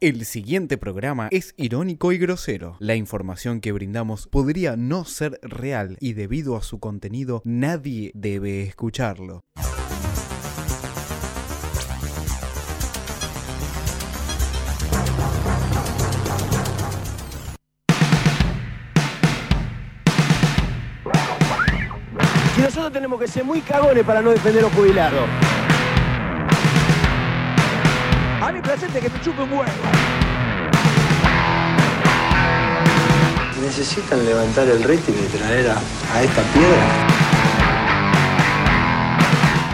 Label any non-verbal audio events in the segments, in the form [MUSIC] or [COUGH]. El siguiente programa es irónico y grosero. La información que brindamos podría no ser real y debido a su contenido nadie debe escucharlo. Y nosotros tenemos que ser muy cagones para no defender a los jubilados. A mí presente que me chupe un huevo. Necesitan levantar el rating y traer a, a esta piedra.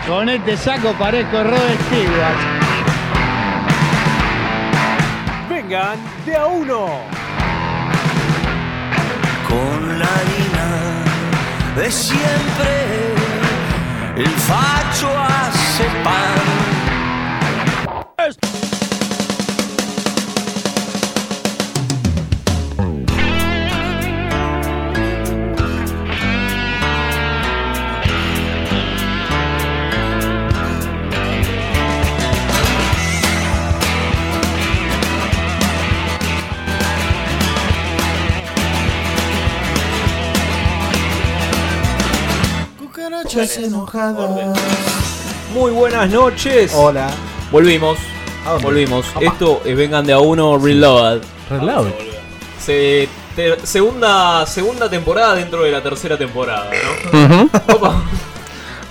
Con este saco parezco Robert Stevens. Vengan de a uno. con la harina de siempre. El facho hace pan. Muy buenas noches. Hola. Volvimos. Volvimos. Esto es Vengan de a uno Reload. Reload. Se- ter- segunda, segunda temporada dentro de la tercera temporada, ¿no? [LAUGHS] Opa.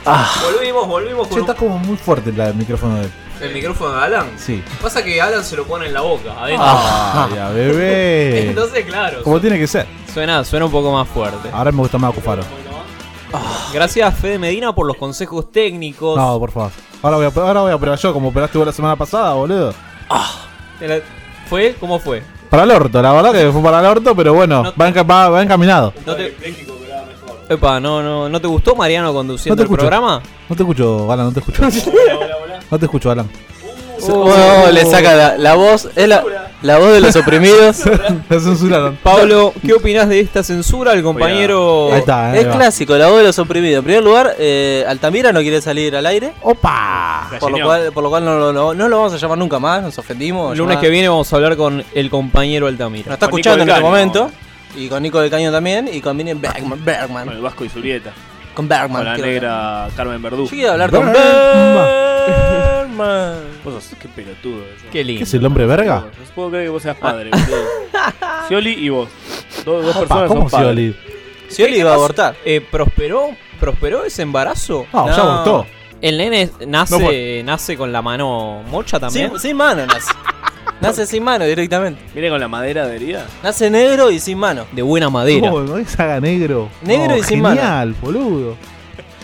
Volvimos, volvimos Ah. Che, con está un- como muy fuerte la- el micrófono de. el micrófono de Alan. Sí. Pasa que Alan se lo pone en la boca, adentro. ¡Ay, a bebé! [LAUGHS] Entonces, claro. Como tiene que ser. Ah. Suena, suena un poco más fuerte. Ahora me gusta más Cufaro. Gracias Fede Medina por los consejos técnicos. No, por favor. Ahora voy, a, ahora voy a operar yo, como operaste vos la semana pasada, boludo. Te la- ¿Fue? ¿Cómo fue? Para el orto, la verdad que fue para el orto, pero bueno, No- va, enca- va- va encaminado. No te... Epa, no, no, ¿no te gustó Mariano conduciendo el escucho. programa? No te escucho, Alan, no te escucho. [LAUGHS] No te escucho, Alan. Oh, le saca la, la voz, es la, la voz de [LAUGHS] los oprimidos. Te censuraron. Pablo, ¿qué opinas de esta censura? El compañero. Ahí está, ahí es va. clásico, la voz de los oprimidos. En primer lugar, eh, Altamira no quiere salir al aire, ¡Opa! por lo cual, por lo cual no, lo- no- no lo vamos a llamar nunca más, nos ofendimos. El lunes ya que viene vamos a hablar con el compañero Altamira. Nos está escuchando en este momento. Y con Nico del Caño también, y con Miriam Bergman. Bergman. Con el Vasco y Julieta. Con Bergman. Con la quiero hablar. negra Carmen Verdú. [LAUGHS] Yo quiero hablar con Bergman. Vos sos, qué pelotudo. eso. Qué ¿Qué lindo. es el hombre verga? No puedo creer que vos seas padre. boludo. [LAUGHS] Scioli y vos. Dos, dos Ah, Pa, personas ¿Cómo son se padres. iba a leer? Scioli iba a abortar. Eh, ¿prosperó? ¿Prosperó ese embarazo? No, ya No. votó. El nene nace, No nace con la mano mocha también. Sin, sin mano nace. Nace sin mano directamente. Viene con la madera adherida. Nace negro y sin mano. De buena madera. No, no es haga negro. Negro No, y sin mano. Genial, boludo.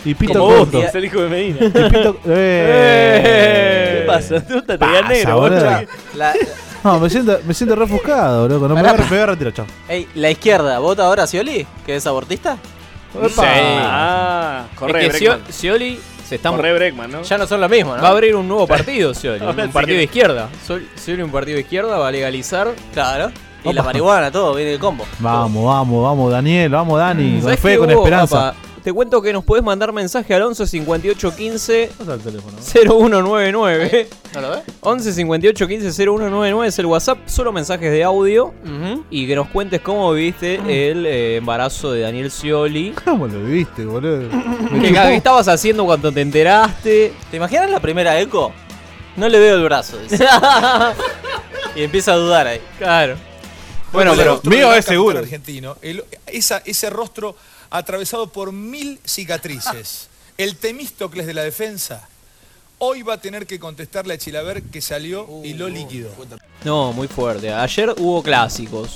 Y pito Como corto. vos, es el hijo de Medina. Y pito- ¡Eh! ¿Qué pasa? ¿Tú te veías Pasa, negro? boludo. bocha. La, No, me siento, me siento refuscado, loco. No me Pará, voy a pará. me voy a retirar, chao. Ey, la izquierda, ¿vota ahora a Scioli? ¿Que es abortista? Ah, corre, es que Breckman. Scio- Scioli se está. Corre, Breckman, ¿no? Ya no son lo mismo, ¿no? Va a abrir un nuevo partido, Scioli. Ahora un sí partido que- de izquierda. Sol- Scioli, un partido de izquierda, va a legalizar. Claro. Y Opa. la marihuana, todo, viene el combo. Vamos, vamos, vamos, Daniel, vamos, Dani. Con ¿Sabés fe, qué, con Hugo, esperanza. papá? Te cuento que nos podés mandar mensaje al 11 58 15 Pasa el teléfono. 0199. ¿No lo ves? 11 58 15 0199 es el WhatsApp, solo mensajes de audio y que nos cuentes cómo viviste el eh, embarazo de Daniel Scioli. ¿Cómo lo viviste, boludo? Me ¿Qué, chupó. ¿Qué estabas haciendo cuando te enteraste? ¿Te imaginas la primera eco? No le veo el brazo, [LAUGHS] dice. y empieza a dudar ahí. Claro. Bueno, pero mío es seguro. Argentino, el- esa- ese rostro atravesado por mil cicatrices. [LAUGHS] El Temístocles de la defensa. Hoy va a tener que contestarle a Chilaver que salió y lo liquidó. No, muy fuerte. Ayer hubo clásicos.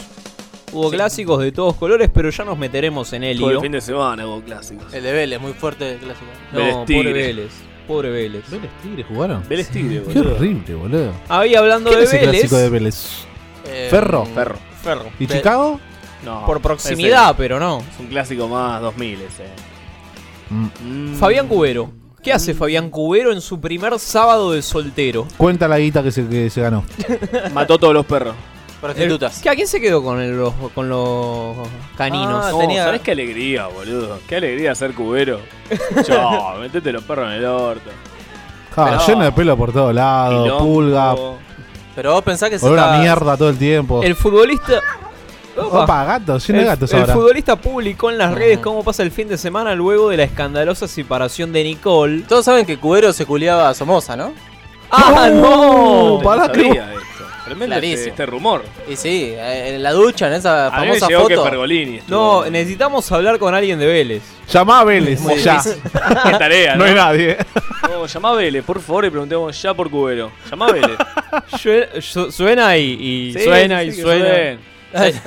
Hubo clásicos de todos colores, pero ya nos meteremos en el Todo el lío. fin de semana hubo clásicos. El de Vélez, muy fuerte el clásico. No, Vélez pobre Tigre. Vélez. Pobre Vélez. ¿Vélez Tigre jugaron? Vélez Tigre, Qué boludo. horrible, boludo. Ahí hablando ¿Quién de es el Vélez, clásico de Vélez? Eh, Ferro. Ferro. Ferro. ¿Y Ve- Chicago? No, por ese proximidad, pero no. Es un clásico más 2000 ese. Mm. Mm. Fabián Cubero. ¿Qué hace Fabián Cubero en su primer sábado de soltero? Cuenta la guita que se, que se ganó. Mató todos los perros. Prostitutas. ¿Qué, ¿A quién se quedó con el- los, con los caninos? Ah, No, tenía- ¿Sabés qué alegría, boludo? Qué alegría ser cubero. Chao, metete los perros en el orto. Ah, Pero- lleno de pelo por todos lados, Quilombo. pulga, Pero vos pensás que se Olor está- a mierda todo el tiempo. Oh. El futbolista. Opa. Opa, gatos, lleno El, de gatos el ahora. futbolista publicó en las redes cómo pasa el fin de semana luego de la escandalosa separación de Nicole. Todos saben que Cubero se culiaba a Somoza, ¿no? ¡Ah, no! No Uh, Pará, sabía esto. Tremendo este, Clarísimo. este rumor. Y sí, eh, en la ducha, en esa A mí me famosa llegó que foto. Pergolini. estuvo- No, necesitamos hablar con alguien de Vélez. Llamá a Vélez, Muy ya. difícil. [LAUGHS] Qué tarea, [LAUGHS] No ¿no? hay nadie. No, llamá a Vélez, por favor, y preguntemos ya por Cubero. Llamá a Vélez. Sue- su- Suena y, y Sí, suena y sí, que suena. suena.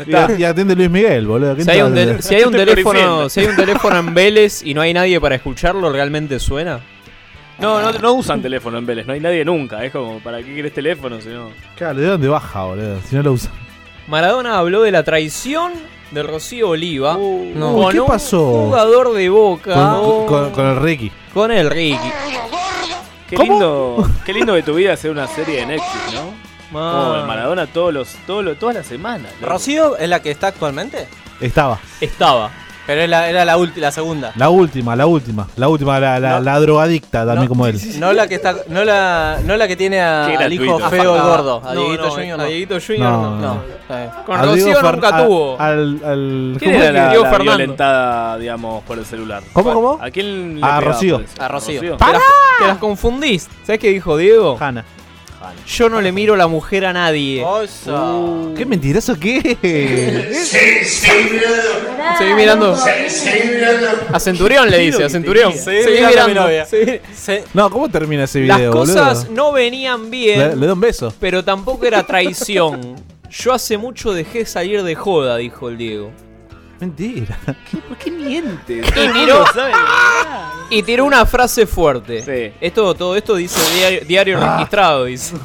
Y at- Y atiende Luis Miguel, boludo. ¿Quién Si hay, te un atiende? tel- si hay un Te teléfono, glorifican. si hay un teléfono en Vélez y no hay nadie para escucharlo, ¿realmente suena? No, no, no usan teléfono en Vélez, no hay nadie nunca. Es como, ¿para qué querés teléfono? Si no? Claro, ¿de dónde baja, boludo? Si no lo usa. Maradona habló de la traición de Rocío Oliva no. con ¿Qué un pasó? jugador de Boca Con, con, con- con el Ricky. el Ricky. Oh, Qué lindo, qué lindo de tu vida hacer una serie de Netflix, ¿no? Ah. Como el Maradona todos los, todos los- todas las semanas. loco. ¿Rocío es la que está actualmente? Estaba. Estaba. Pero es la- era la, ulti- la segunda. La última, la última. La última, la, la, No. la drogadicta también No. como él. No la que está, no la, no la que tiene a- Qué al hijo gratuito. feo y Ah, gordo, a no, Dieguito no, Junior, a no. Dieguito Junior no. No, No, está bien. Con Al Diego Rocío Fer- nunca a- tuvo. Al, al- ¿Quién ¿cómo era es? la, Diego la Fernando. violentada, digamos, por el celular? ¿Cómo, cómo? ¿A quién le A pegaba Rocío. por Ah, eso? A Rocío. Te las, te las confundís. ¿Sabes qué dijo Diego? Hanna. Yo no le miro la mujer a nadie. Cosa. Uh, ¿Qué mentiroso que es? Seguí mirando. A Centurión le dice, a Centurión. Seguí Seguí mirando a mi mirando. novia. Seguí- Se- No, ¿cómo termina ese video, Las cosas boludo? no venían Le, le bien, doy un beso. pero tampoco era traición. Yo hace mucho dejé salir de joda, dijo el Diego. Mentira. Y tiró, y tiró una frase fuerte. Sí. Esto, todo esto dice diario, diario registrado, dice.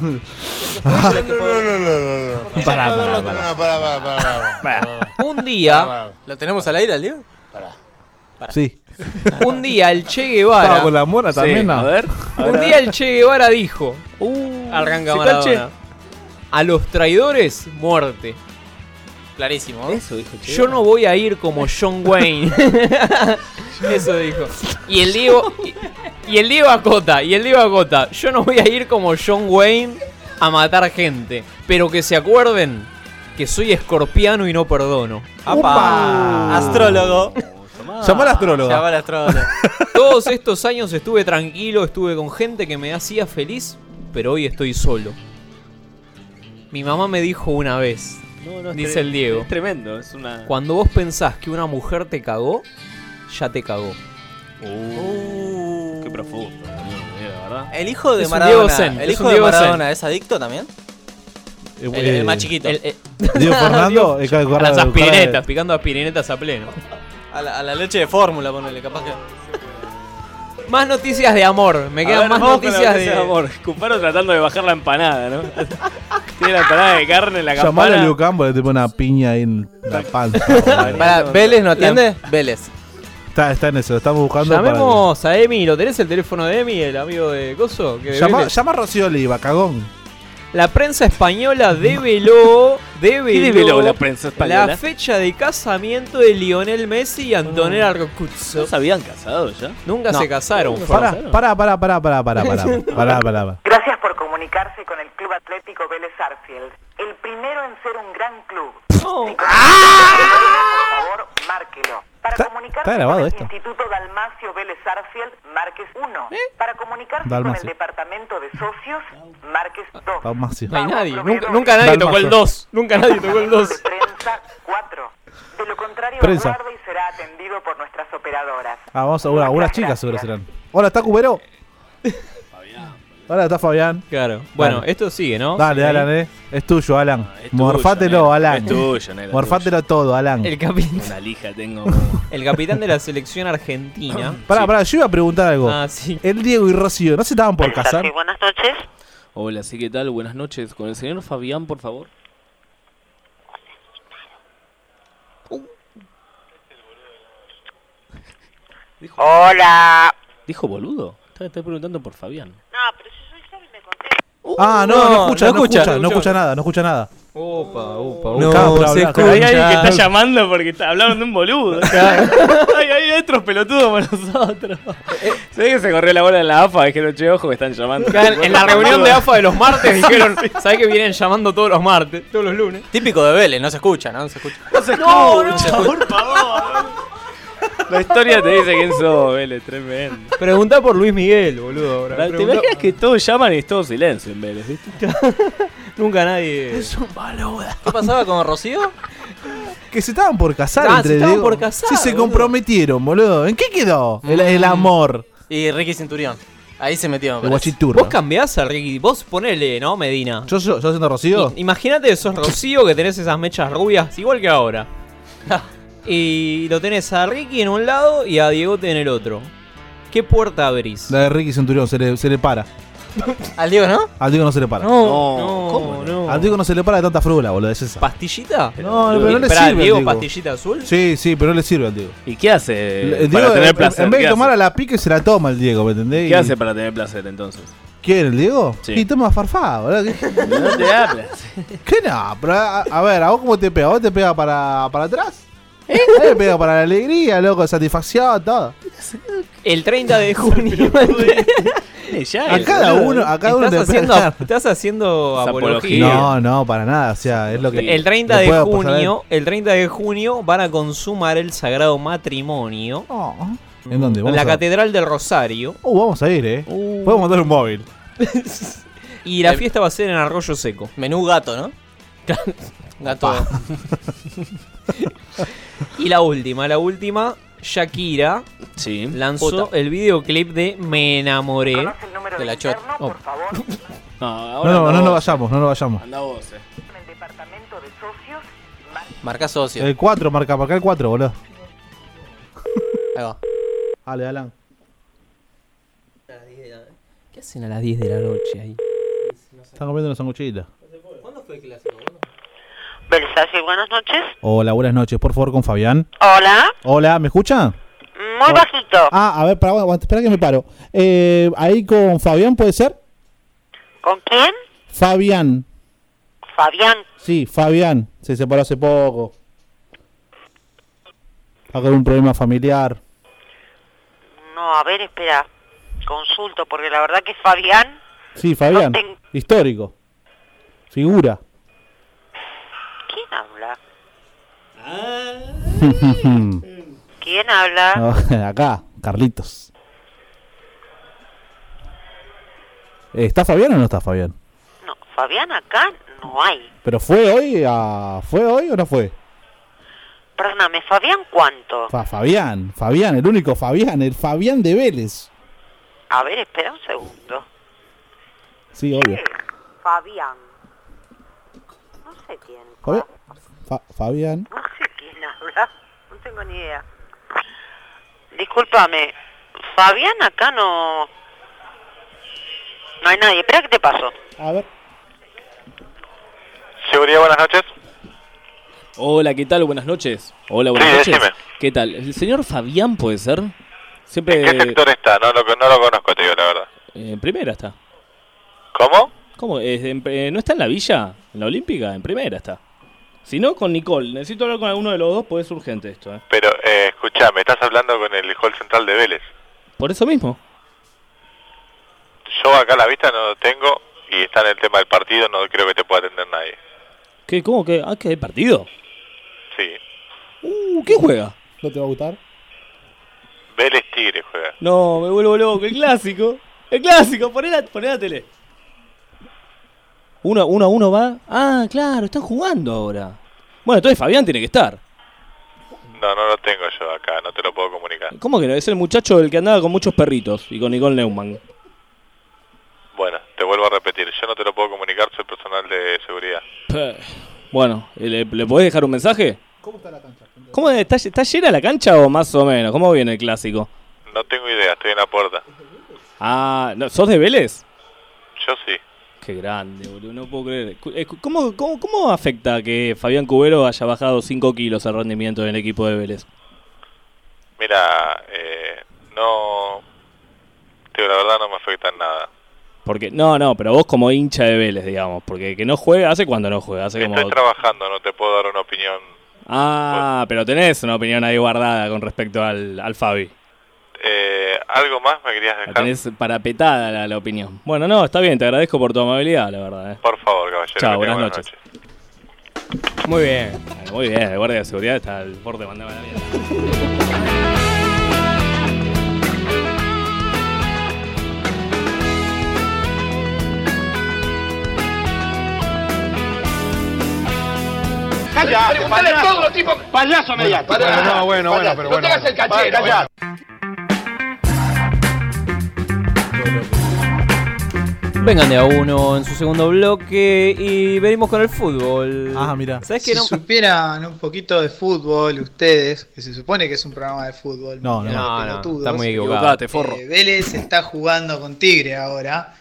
Pará, pará, pará. Un día, Ah, ¿Lo tenemos al aire, al Diego? Sí. un día el Che Estaba Guevara. con la mona Sí, también, ¿no? A ver. a ver, Un a ver. día el Che Guevara dijo. arranca ¿se Maradona. A los traidores, muerte. Clarísimo. Eso dijo Che Yo no voy a ir como John Wayne. [LAUGHS] Eso dijo. Y el Diego. Y el Diego acota, y el Diego acota. Yo no voy a ir como John Wayne a matar gente. Pero que se acuerden que soy escorpiano y no perdono. ¡Apa! Astrólogo. Llamó al Se astrólogo. llama el astrólogo. Todos estos años estuve tranquilo, estuve con gente que me hacía feliz, pero hoy estoy solo. Mi mamá me dijo una vez, No, no, es dice tre- el Diego. Es tremendo, es una. cuando vos pensás que una mujer te cagó, ya te cagó. Uh, Qué profundo, boludo, la verdad. El hijo de Es un Diego Maradona. Zen, el es hijo un de Diego Maradona es adicto también. El, el Eh, más chiquito. El- el- Diego Fernando. eh, cara- a las cara de- aspirinetas, picando aspirinetas a pleno. A, la, a la leche de fórmula, ponele, capaz que. Más noticias de amor, me A quedan ver, más vamos con la noticias de... noticia amor. Cuparo tratando de bajar la empanada, ¿no? [LAUGHS] Tiene la empanada de carne en la Llamalo a campana. Liu Campo, le tipo una piña ahí en la panza. Para, ¿Vélez no atiende? Vélez. está, está en eso, lo estamos buscando. para- Llamemos a Emi, ¿lo tenés el teléfono de Emi, el amigo de Coso? Que de Llama, Vélez? llama a Rocío Oliva, cagón. La prensa española develó, ¿Qué develó, develó la prensa española? la fecha de casamiento de Lionel Messi y Antonella Rocuzzo. ¿No se habían casado ya? Nunca No. se casaron. fue. Pará, pará, pará, pará, pará, pará, pará, pará, pará, pará. Gracias por comunicarse con el Club Atlético Vélez Arfield, el primero en ser un gran club. Si conoce el teléfono, por favor, márquelo. Para Está- comunicarse está grabado con el esto. ¿Eh? Instituto Dalmacio Vélez Arfield, marques 1. Para comunicarse con Dalmacio. el Departamento de Socios, marques 2. Está macio. No hay nadie, nunca, Proveedores. nunca nadie Dalmazo. tocó el 2. Nunca nadie tocó [LAUGHS] el 2. De prensa 4. De lo contrario, Prensa. aguarde y será atendido por nuestras operadoras. Ah, vamos a una, unas Muchas chicas seguro gracias. serán. Hola, ¿está Cubero? Hola, está Fabián. Claro. Bueno, Dale. esto sigue, ¿no? Dale, Alan, eh. Es tuyo, Alan. Morfátelo, tuyo, Alan. Es tuyo, nena, es Morfátelo todo, Alan. El, capi- tuyo. Una lija [LAUGHS] tengo. el capitán de la selección argentina. Pará, pará, yo iba a preguntar algo. Ah, sí. El Diego y Rocío, ¿no se estaban por casar? buenas noches. Hola, sí, ¿qué tal? Buenas noches. Con el señor Fabián, por favor. Hola. ¿Dijo boludo? Estaba estaba preguntando por Fabián. No, pero si soy me Ah, no, no, escucha, no escucha, no escucha, escucha. nada, no escucha nada. Opa, opa, No, se Hay alguien que está llamando porque está- hablaron de un boludo. [LAUGHS] hay, hay otros pelotudos como nosotros. ¿Sabés que se corrió la bola en la AFA? Dijeron, che, ojo que están llamando. En la reunión de AFA de los martes dijeron, ¿sabés que vienen llamando todos los martes, todos los lunes? Típico de Vélez, no se escucha, ¿no? No se escucha. No, no, por favor. La historia te dice quién sos, Vélez, tremendo. Preguntá por Luis Miguel, boludo. Ahora. ¿Te Preguntá- imaginas que todos llaman y es todo silencio en Vélez, viste? Nunca nadie. ¿Qué pasaba con Rocío? Que se estaban por casar Ah, se entre estaban digo. por casar, Sí, se boludo. comprometieron, boludo. ¿En qué quedó? El, el amor. Y Ricky Cinturión. Ahí se metió. El guachiturro. Vos cambiás a Ricky, vos ponele, ¿no? Medina. ¿Yo, yo, yo siendo Rocío? I- Imagínate que sos Rocío, que tenés esas mechas rubias, igual que ahora. y lo tenés a Ricky en un lado y a Diegote en el otro. ¿Qué puerta abrís? La de Ricky Centurión se le, se le para. ¿Al Diego no? Al Diego no se le para. No, no, Al Diego no se le para de tanta frula, boludo. Es esa. ¿Pastillita? No, pero no le Esperá, sirve, Diego, Diego. pastillita azul. Sí, sí, pero no le sirve al Diego. ¿Y qué hace El Eh, para Diego, tener en- placer? en vez ¿Qué de tomar hace? a la pica, se la toma el Diego, ¿me entendés? ¿Qué hace para tener placer entonces? ¿Quién, el Diego? Sí. Y toma farfá, [LAUGHS] boludo. ¿Qué, No [LAUGHS] te da placer. qué no? Pero, a, a ver, ¿a vos cómo te pega? ¿A vos te pega para, para atrás? ¿Eh? A mí me pega para la alegría, loco, satisfacción, todo. El [LAUGHS] 30 de junio. Ya, A cada uno, a cada uno te estás, haciendo, pega. estás haciendo Esa apología. apología. No, no, para nada, o sea, es lo que... El 30 le de puede pasar a él. junio, el 30 de junio van a consumar el sagrado matrimonio Oh. ¿En dónde? en Vamos, la Uh. a... catedral del Rosario Oh, vamos a ir, eh. Podemos mandar un móvil. y la Eh, fiesta va a ser en Arroyo Seco. Menú gato, ¿no? [LAUGHS] gato. Y la última, la última, Shakira Sí. lanzó el videoclip de Me enamoré. ¿Conoce el número De de la la chota. por favor? No, ahora No, no, anda no nos vos. vayamos, no nos vayamos. Anda vos, eh. En el departamento de socios, marca Marca socio. El 4, marca, marca el 4, boludo. Ahí va. Dale, Alan. ¿Qué hacen a las 10 de la noche ahí? Están comiendo una sanguchita. Versace, buenas noches. Hola, buenas noches. Por favor, con Fabián. Hola, Hola, ¿me escuchan? muy bajito. Ah, a ver, para, espera que me paro. Eh, ahí con Fabián, ¿puede ser? ¿Con quién? Fabián. Fabián. Sí, Fabián. Se separó hace poco. Está con un problema familiar. No, a ver, espera. Consulto, porque la verdad que Fabián, Sí, Fabián. No tengo- Histórico. Figura. ¿quién habla? ¿Quién habla? [LAUGHS] Acá, Carlitos. Eh, ¿Está Fabián o no está Fabián? No, Fabián acá no hay. ¿Pero fue hoy a... ¿Fue hoy o no fue? Perdóname, Fabián, ¿cuánto? Fa- Fabián, Fabián, el único Fabián, el Fabián de Vélez. A ver, espera un segundo. Eh, Sí, obvio. Fabián. No sé quién. Fabián. Fa- Fabián. No sé quién habla. No tengo ni idea. Discúlpame. Fabián acá no... No hay nadie. Espera que te paso. A ver. Seguridad, buenas noches. Hola, ¿qué tal? Buenas noches. Hola, buenas Sí, noches. decime. ¿Qué tal? ¿El señor Fabián puede ser? Siempre ¿En qué sector está? No lo, no lo conozco, te digo la verdad. eh, en primera está. ¿Cómo? ¿Cómo? Eh, en- eh, ¿No está en la villa? ¿En la Olímpica? En primera está. Si no, con Nicole. Necesito hablar con alguno de los dos, pues es urgente esto. eh. Pero, eh, escuchame, estás hablando con el hall central de Vélez. Por eso mismo. Yo acá la vista no lo tengo y está en el tema del partido, no creo que te pueda atender nadie. ¿Qué? ¿Cómo? ¿Qué? ¿Ah, qué partido? Sí. Uh, ¿Qué juega? ¿No te va a gustar? Vélez Tigre juega. No, me vuelvo loco. El clásico. El clásico. Poné la, poné la tele. Uno, uno a uno va. Ah, claro, están jugando ahora. Bueno, entonces Fabián tiene que estar. No, no lo tengo yo acá, no te lo puedo comunicar. ¿Cómo que no? Es el muchacho del que andaba con muchos perritos y con Nicole Neumann. Bueno, te vuelvo a repetir, yo no te lo puedo comunicar, soy personal de seguridad. Pe- Bueno, ¿le, le podés dejar un mensaje? ¿Cómo está la cancha? ¿Está, llena la cancha o más o menos? ¿Cómo viene el clásico? No tengo idea, estoy en la puerta. Ah, no, ¿sos de Vélez? Yo sí. Qué grande, boludo, no puedo creer. Cu- eh, cu- ¿Cómo, cómo, cómo afecta que Fabián Cubero haya bajado 5 kilos al rendimiento del equipo de Vélez? Mira, eh, no... Te digo la verdad, no me afecta en nada. Porque, no, no, pero vos como hincha de Vélez, digamos, porque que no juega, ¿hace cuándo no juega? Hace como... Estoy trabajando, no te puedo dar una opinión. Ah, pero tenés una opinión ahí guardada con respecto al, al Fabi. Eh, ¿Algo más me querías La dejar? tenés parapetada la, la opinión. Bueno, no, está bien, te agradezco por tu amabilidad, la verdad. eh. Por favor, caballero. Chao, que buenas tenga buena noches. noche. Muy bien, Eh, muy bien. El guardia de seguridad está al borde de mandarme a la mierda. Calla, Preguntale a todos los tipos, payaso mediático. bueno, no, bueno, bueno, Payaso. pero No te bueno. hagas el caché, Bueno, calla. Vengan de a uno en su segundo bloque y venimos con el fútbol. Ah, mira. ¿Sabes qué Si no? supieran un poquito de fútbol ustedes, que se supone que es un programa de fútbol. No, no, mira, no, no, pelotudos. está muy equivocado. Equivocate, forro. Eh, Vélez está jugando con Tigre ahora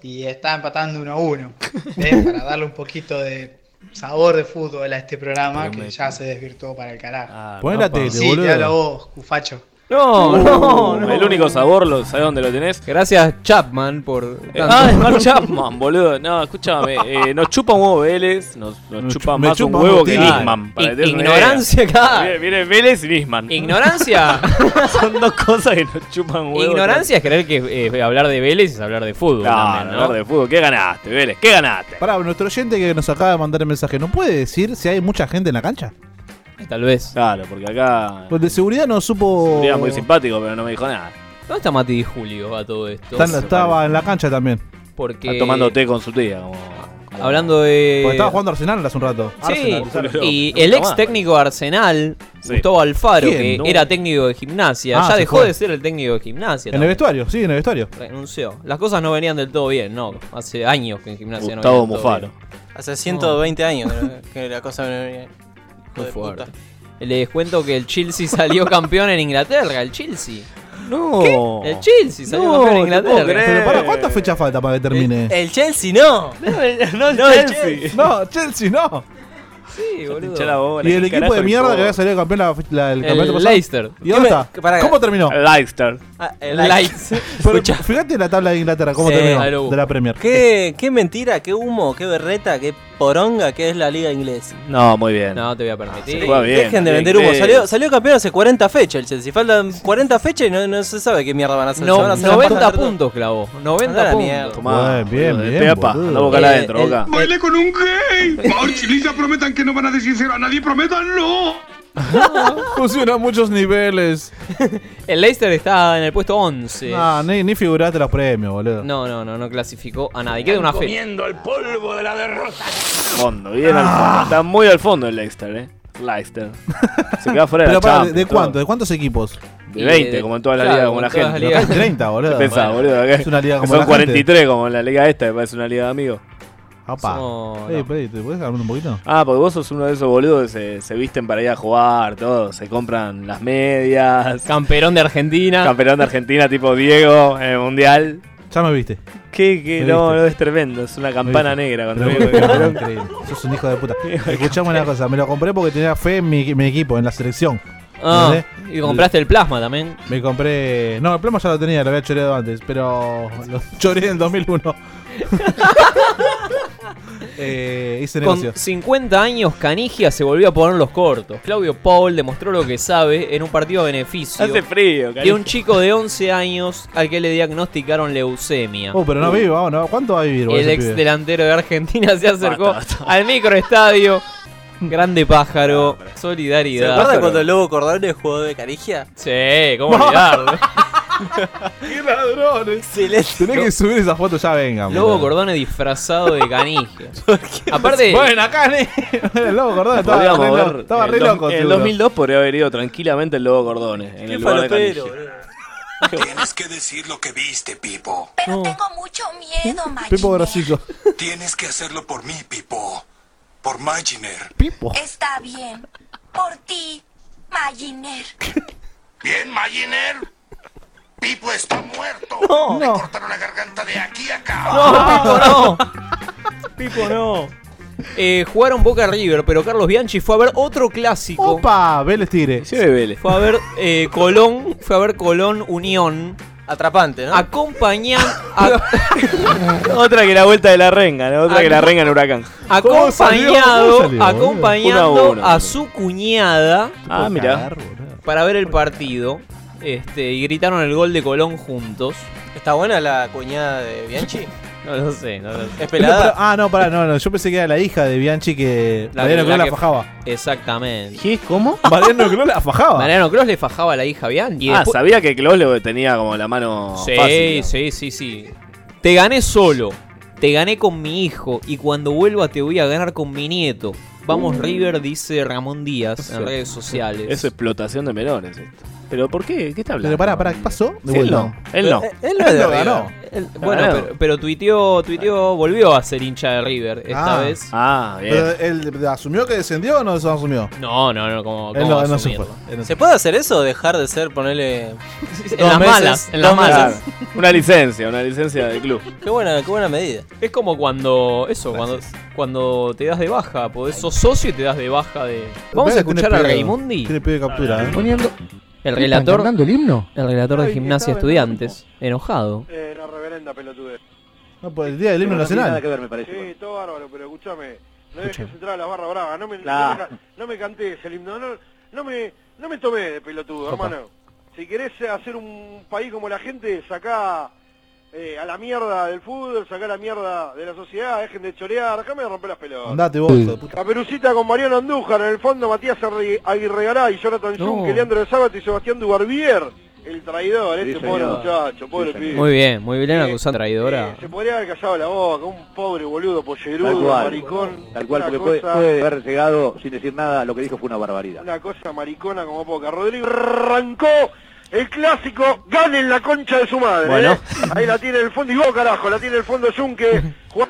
y está empatando 1 a 1. Eh, Para darle un poquito de sabor de fútbol a este programa que ya se desvirtuó para el carajo. Pon la tele, Y sí, boludo. te hablo a vos, Cufacho. No, no, no. El único sabor, lo, ¿sabes dónde lo tenés? Uh, Gracias Chapman por... Eh, ah, es Mark Chapman, boludo. No, [LAUGHS] escúchame. eh, nos chupa un huevo Vélez, nos, nos chupa me más chupa un un huevo huevo que Tigre. Nisman. Ig- ignorancia, claro. Viene, viene Vélez y Nisman. Ignorancia. [LAUGHS] Son dos cosas que nos chupan un huevo. [LAUGHS] Ignorancia es creer que eh, hablar de Vélez es hablar de fútbol. Claro, también, ¿no? hablar de fútbol. ¿Qué ganaste, Vélez? ¿Qué ganaste? Pará, nuestro oyente que nos acaba de mandar el mensaje, ¿no puede decir si hay mucha gente en la cancha? Tal vez. Claro, porque acá. Pues de seguridad no supo. Sería muy simpático, pero no me dijo nada. ¿Dónde está Mati y Julio a todo esto? Está en la- estaba en la cancha también. Porque... Está tomando té con su tía. Como, Hablando de... Porque estaba jugando Arsenal hace un rato. Sí, Arsenal. y el ex técnico de Arsenal, Gustavo Alfaro, ¿Quién? que No. era técnico de gimnasia, Ah, ya se dejó fue. de ser el técnico de gimnasia. En el vestuario, sí, en el vestuario. renunció. Las cosas no venían del todo bien, no. Hace años que en gimnasia no Gustavo venía del todo Mufaro. bien. Hace 120 años que- que la cosa me venía. Muy fuerte. Les cuento que el Chelsea salió [LAUGHS] campeón en Inglaterra, el Chelsea. No. El Chelsea Oh. No, salió campeón en no puedo Inglaterra. Pero para cuántas fechas falta para que termine. Eh, El Chelsea no. No, el [LAUGHS] eh. Chelsea. No, Chelsea no. Sí, hinchó la boludo. bola. Y el ¿Qué equipo carajo de le mierda importa? que había salido campeón la, la- el El campeonato pasado. Leicester. ¿Y dónde está? Pará. ¿Cómo terminó? Leicester. el Lights. Pero fíjate la tabla de Inglaterra, cómo Sí. terminó Ahí lo busco. de la Premier. [LAUGHS] ¿Qué, qué mentira, qué humo, qué berreta, qué poronga que es la liga inglesa. No, muy bien. No te voy a permitir. se juega bien. Dejen de la vender liga humo. inglesa. Salió, salió campeón hace 40 fechas el Chelsea. Faltan 40 fechas y no, no se sabe qué mierda van a hacer. No, Se van a hacer 90 empatar todo. puntos clavó. Anda 90 la puntos. mierda. Tomá, bien, boludo, bien, de Peapa, boludo. anda boca Eh, adentro, el- boca. ¡Baile con un gay! March y Lisa prometan que no van a decir cero a nadie, prometan no. [LAUGHS] Funciona a muchos niveles. El Leicester está en el puesto 11. Ah, ni, ni figuraste los premios, boludo. No, no, no, no clasificó a nadie. Queda una fecha. el polvo de la derrota. Fondo, bien al Ah. fondo. Está muy al fondo el Leicester, eh. Leicester. Se queda fuera de la Pero pará, ¿de, Champions, de todo. cuánto? ¿De cuántos equipos? De 20, como en todas las claro, ligas, como como la en todas gente. las Pero acá hay 30, boludo. ¿Qué pensás, Bueno, boludo? Acá es una liga que como son la gente. 43 como en la liga esta, que parece una liga de amigos. Apa. Somos- Ey, no. Pedro, ¿te podés calmar un poquito? Ah, porque vos sos uno de esos boludos que se, se visten para ir a jugar, todo. Se compran las medias. Camperón de Argentina. Campeón de Argentina tipo Diego en el Mundial. Ya me viste. ¿Qué, qué? Me No, viste. no, es tremendo. Es una campana Me negra. Cuando Pero veo que- bueno, bueno, increíble. Sos un hijo de puta. Escuchame una cosa, me lo compré porque tenía fe en mi, mi equipo, en la selección. ¿Eh? Ah, ¿Entendés? y compraste el plasma también. Me compré. No, el plomo ya lo tenía, lo había choreado antes, pero lo [LAUGHS] choré en 2001. eh, hice negocio. Con 50 años, Canigia se volvió a poner los cortos. Claudio Paul demostró lo que sabe en un partido a beneficio Hace frío, de cariño. un chico de 11 años al que le diagnosticaron leucemia. Oh, pero no vive, vamos, no. ¿cuánto va a vivir? boludo, El ese ex pibe? delantero de Argentina se acercó [LAUGHS] al microestadio. Grande pájaro, ¿Se solidaridad. acuerdan cuando el Lobo Cordones jugó de Carigia? Sí, [LAUGHS] cómo olvidarlo. ¡Qué ladrón! Excelente. Tenés que subir esa foto, ya venga. Lobo boludo. Cordone disfrazado de canigia. [LAUGHS] Aparte, Bueno, acá ni- [LAUGHS] el Lobo Cordón estaba, Podríamos re, ver loco, estaba el re dos- loco. En el seguro. 2002 podría haber ido tranquilamente el Lobo Cordones. En el lugar de falopero, Canigia. Tienes que decir lo que viste, Pipo. Pero tengo mucho miedo, Pipo Maggie. Grasico. Tienes que hacerlo por mí, Pipo. Por Maginer. Pipo. Está bien. Por ti, Maginer. Bien, Maginer. Pipo está muerto. No. Le cortaron la garganta de aquí a acá. No, Pipo no. Pipo no. Eh, jugaron Boca River, pero Carlos Bianchi fue a ver otro clásico. Opa, Vélez Tigre. Sí, Vélez. Fue a ver eh, Colón, fue a ver Colón Unión. Atrapante, ¿no? Acompañan. Otra que la vuelta de la renga, Ah, ¿no? otra que la Acom- renga en huracán. acompañado acompañando Uno a uno. a su cuñada Ah, mirá. para ver el partido. Este, y gritaron el gol de Colón juntos. ¿Está buena la cuñada de [LAUGHS] Bianchi? No lo sé, no lo sé. ¿Es pelada? Pero- ah, no, pará, no, no. Yo pensé que era la hija de Bianchi que. La, la, la, que- fajaba. Exactamente. ¿Cómo? [LAUGHS] Mariano Clos la fajaba. Mariano Cross le fajaba a la hija Bianchi. Ah, sabía que Klaus lo tenía como la mano Sí, fácil. ¿no? sí, sí, sí. Te gané solo. Te gané con mi hijo. Y cuando vuelva te voy a ganar con mi nieto. Vamos, River, dice Ramón Díaz en Sí. redes sociales. Es explotación de menores esto. ¿Pero por qué? ¿Qué está hablando? Pero pará, pará, ¿qué pasó? Sí, él no. Él no. Pero, eh, él no es de Él no River. ganó. Él- bueno, Ganó. pero, pero tuiteó, tuiteó, volvió a ser hincha de River esta Ah. vez. Ah, Pero eh, él asumió que descendió o no se asumió. No, no, no, como. Él como no- él no se asumirlo. fue. Él no ¿Se puede hacer eso? ¿Dejar de ser, ponerle. En las malas, en las malas. Una licencia, una licencia del club. Qué buena, qué buena medida. Es como cuando. Eso, cuando, cuando te das de baja. Podés, sos socio y te das de baja de. Vamos a Tiene escuchar a pedo. Raimundi. Tiene pie de captura, ¿eh? Poniendo. El relator. cantando el himno? El relator de gimnasia estudiantes. Enojado. Eh, la reverenda pelotudez. No, por el día del himno nacional. me parece. Sí, todo bárbaro, pero escúchame. No dejes Escuchame. entrar a las barras bravas. No me, no Nah. me ca- no me cantes el himno. No, no me, no me tomé de pelotudo, Opa. hermano. Si querés hacer un país como la gente, sacá eh, a la mierda del fútbol, sacá a la mierda de la sociedad, dejen de chorear, déjame de romper las pelotas. Andate vos, hijo de puta. Caperucita con Mariano Andújar, en el fondo Matías Arri- Aguirregará y Jonathan No. Junque, Leandro de Sábado y Sebastián Dubarbier. El traidor, ese pobre señor. muchacho, pobre pibe. Muy bien, muy bien, acusando traidora. Eh, Se podría haber callado la boca, un pobre boludo pollerudo, Tal cual. maricón. Tal cual, una porque puede, cosa- puede haber llegado sin decir nada, lo que dijo fue una barbaridad. Una cosa maricona como poca. Rodrigo arrancó el clásico, ganen la concha de su madre. Bueno. ¿eh? Ahí la tiene en el fondo, y vos carajo, la tiene en el fondo Junque.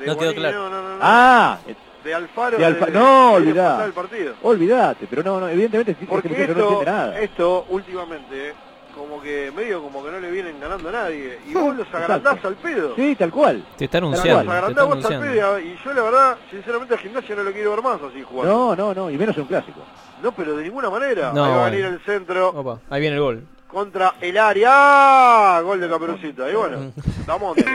No quedó claro. Ah, De Alfaro. de Alfa- de- no, de- olvidá. del partido. Olvidate, pero no, no evidentemente este [LAUGHS] Porque muchacho no esto, entiende nada. esto últimamente, eh, como que medio como que no le vienen ganando a nadie. Y vos los agrandás al pedo. Ah, Sí, tal cual. Te está Los anunciando. Te está agrandás vos al anunciando. pedo. Y yo la verdad, sinceramente, al gimnasio no lo quiero ver más así jugar. No, no, no, y menos en un clásico. No, pero de ninguna manera. No, Ahí va a bueno. venir el centro Opa, ahí viene el gol. contra el área. ¡Ah! Gol de Caperucita. Y [LAUGHS] bueno, estamos. [LAUGHS]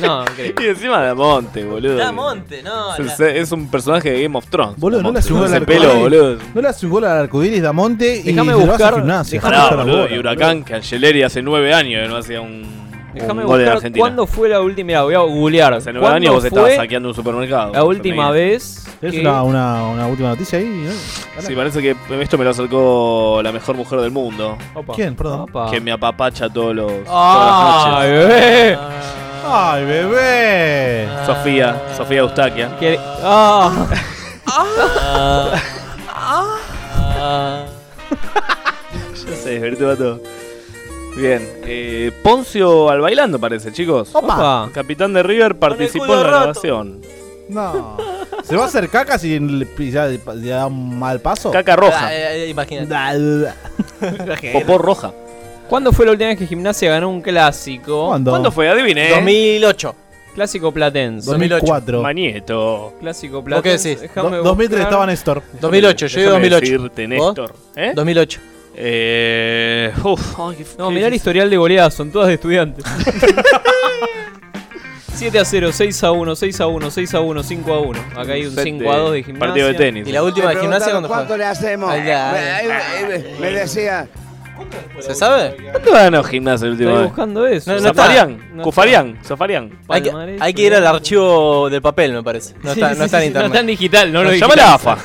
No, Y encima de Monte, boludo. Da Monte, no. Es, es un personaje de Game of Thrones. Boludo, no le hace un Con gol al ese pelo, boludo. arcoiris. No le hace un gol al arcoiris Damonte y Déjame se lo hace buscar- a gimnasia. Pará, Déjame buscar boludo, la bola. y Huracán, que Angeleri hace nueve años que no hacía un, Déjame un gol de buscar Argentina. cuándo fue la última. Mirá, voy a googlear. Hace nueve años ¿Cuándo vos estabas fue saqueando un supermercado. La última Fernández. vez. ¿Tenés que- una, una, una última noticia ahí? ¿no? Sí, parece que esto me lo acercó la mejor mujer del mundo. Opa. ¿Quién? Perdón. Que me apapacha todos los. Ah. ¡Ay, todas las noches. bebé! ¡Ay, bebé! Sofía, Sofía Eustaquia. [LAUGHS] Que- ¡Ah! Ah. Ya se desvirtúa todo. Bien, eh, Poncio al bailando parece, chicos. Opa. El capitán de River participó culo en la roto. grabación. No. ¿Se va a hacer caca si le pi- ya, ya da un mal paso? Caca Ah, eh, eh, imagínate. Da- da- eh, Popó roja. ¿Cuándo fue la última vez que Gimnasia ganó un clásico? ¿Cuándo? ¿Cuándo fue? Adivine. 2008. Clásico Platense. 2004. Manieto. Clásico ¿Vos qué Platense. decís? Déjame Do- 2003 buscar. estaba Néstor. 2008, yo digo Déjame 2008. decirte, ¿Vos? Néstor. ¿Eh? 2008. Eh, uf, ay, qué- qué No, mirá el difícil. historial de goleadas, son todas de estudiantes. [LAUGHS] 7 a 0, 6 a 1, 6 a 1, 6 a 1, 5 a 1. Acá hay un Set 5 a 2 de de gimnasia. partido de tenis. ¿Y la última de gimnasia cuándo ¿Cuánto fue? le hacemos? Ahí ya, ahí. Me- ahí- me decía, ¿Se sabe? ¿Cuánto ganó gimnasia el último Estoy vez? buscando eso. No, no está. Zafarian, No Cufarian, Zafarian. Hay que, hay que ir al archivo del papel, me parece. No Sí, está, sí, no está en sí, sí, internet. no está en digital, no lo Llama a digital. la AFA.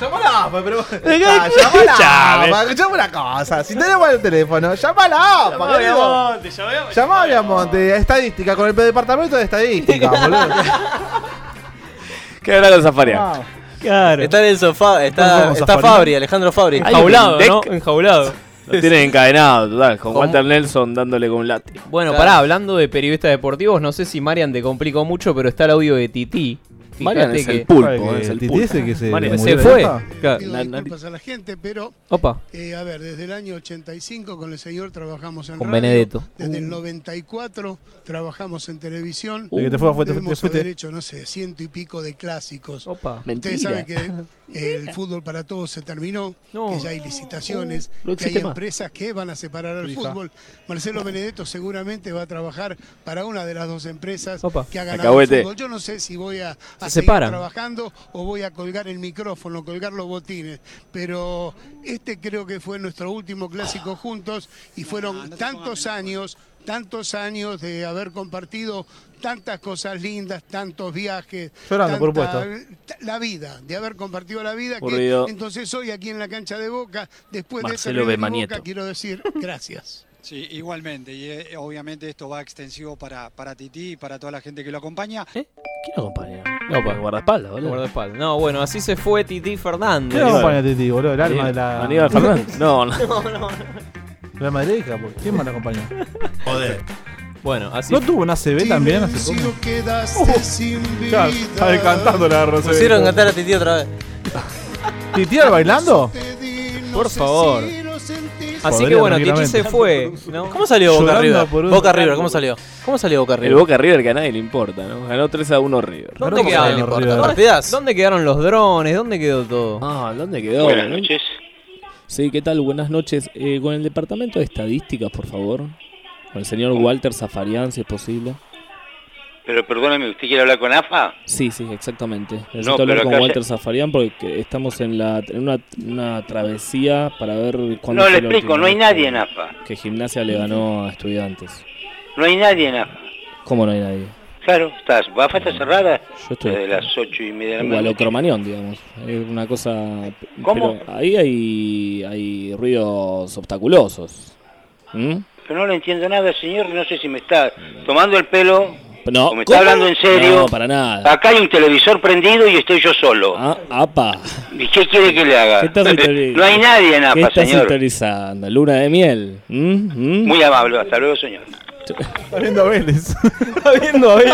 Llamala, pues, pero. Ah, Llamala, pa, escuchame una cosa. Si tenemos el teléfono, llamala, Llamá pa, a querido. Viamonte, llamá a- Llamá a Viamonte, estadística, con el departamento de [LAUGHS] estadística, boludo. ¿Qué habrá con Ah, Zafarian? [LAUGHS] Claro. Está en el sofá, Nos está, vamos, está Zafarian. Fabri, Alejandro Fabri. Ahí Enjaulado, ¿no? Enjaulado. Lo tienen encadenado, total. Con ¿Cómo? Walter Nelson dándole con un látigo. Bueno, pará, hablando de periodistas deportivos, no sé si Marian te complicó mucho, pero está el audio de Titi Marian fíjate es el que- pulpo, es el pulpo. Ese que se Marian. murió Se de fue. la- Claro. Pido disculpas a la gente, pero Opa. eh, a ver, desde el año 85 con el señor trabajamos en Con radio, Benedetto. Desde el 94 trabajamos en televisión. El que te fue, fue, te- Debemos te fuiste. haber hecho, no sé, ciento y pico de clásicos. Ustedes Mentira. saben que el fútbol para todos se terminó, que ya hay licitaciones, Uh, No que hay existe más. empresas que van a separar al Hija. fútbol. Marcelo Benedetto seguramente va a trabajar para una de las dos empresas que ha ganado Alcahuete. el fútbol. Yo no sé si voy a, a Se seguir separan. trabajando o voy a colgar el micrófono, colgar los botines. Pero este creo que fue nuestro último clásico juntos y fueron tantos años, tantos años de haber compartido tantas cosas lindas, tantos viajes. Llorando, por tanta- supuesto. t- La vida, de haber compartido la vida. Aburrido. Que, entonces hoy aquí en la cancha de Boca, después de Marcelo ese Bema River Boca, Nieto. quiero decir gracias. Sí, igualmente. Y eh, obviamente esto va extensivo para, para Titi y para toda la gente que lo acompaña. ¿Quién lo acompaña? Opa. guardaespaldas, boludo. Guardaespaldas. No, bueno, así se fue Titi Fernández. ¿Qué lo acompaña, Titi, boludo? El alma de la. Aníbal Fernández. No, no. no, La madreja, boludo. ¿quién más la acompaña? Joder. Bueno, así ¿No tuvo una CB también hace poco? Claro, estaba cantando la Rosé. Pusieron a cantar a Titi otra vez. ¿Titi era bailando? Por favor. Ah, Así Podría que bueno, Titi tranquilamente. se fue. ¿no? ¿Cómo salió Boca Llorando River? por un- Boca River, ¿cómo salió? ¿Cómo salió Boca River? El Boca River que a nadie le importa, ¿no? Ganó 3 a 1 River. ¿Dónde quedaron, los ¿Dónde, dónde quedaron los drones? ¿Dónde quedó todo? Ah, ¿dónde quedó? ¿no? Sí, ¿qué tal? Buenas noches. Eh, con el departamento de estadísticas, por favor. Con el señor Walter Zafarian, si es posible. Pero perdóneme, ¿usted quiere hablar con AFA? Sí, sí, exactamente. No, Necesito pero hablar con acá ya- Walter Zafarian porque que- estamos en, la, en una, una travesía para ver cuándo No, fue le la explico, última no hay vez nadie que- en AFA. Que gimnasia le ganó a estudiantes. No hay nadie en AFA. ¿Cómo no hay nadie? Claro, estás, AFA está cerrada Yo estoy... desde las ocho y media de la Igual mañana. o Cromañón, digamos. Es una cosa. ¿Cómo? pero ahí hay, hay ruidos obstaculosos. ¿Mm? Pero no le entiendo nada, señor, no sé si me está tomando el pelo No, o me ¿cómo? está hablando en serio. No, para nada. Acá hay un televisor prendido y estoy yo solo. Ah, apa. ¿Y qué quiere que le haga? ¿Qué [LAUGHS] estás no hay nadie en ¿Qué AFA, estás señor. historizando? ¿Luna de miel? ¿Mm? ¿Mm? Muy amable, hasta luego, señor. Está viendo a Vélez. Está viendo a él.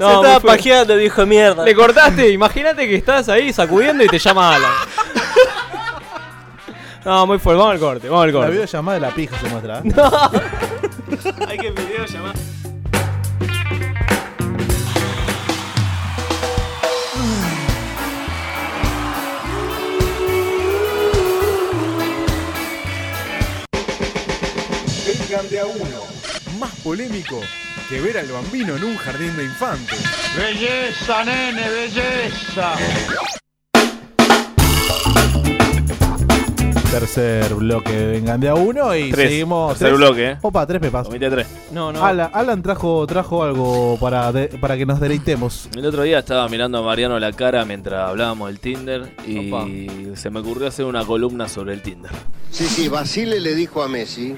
No, Se estaba muy feo. pajeando, viejo de mierda. Le cortaste, imagínate que estás ahí sacudiendo y te llama Alan. No, muy fuerte, vamos al corte, vamos al La corte. videollamada de la pija se muestra. ¿eh? Hay que video llamar. Vengan de a uno. Más polémico que ver al bambino en un jardín de infantes. Belleza, nene, belleza. Tercer bloque de Vengan de a uno y Tres. seguimos. Tercer bloque, eh. Opa, tres pepas. Comité tres. No, no. Alan, Alan trajo, trajo algo para, de- para que nos deleitemos. El otro día estaba mirando a Mariano la cara mientras hablábamos del Tinder y se me ocurrió hacer una columna sobre el Tinder. Sí, sí, Basile le dijo a Messi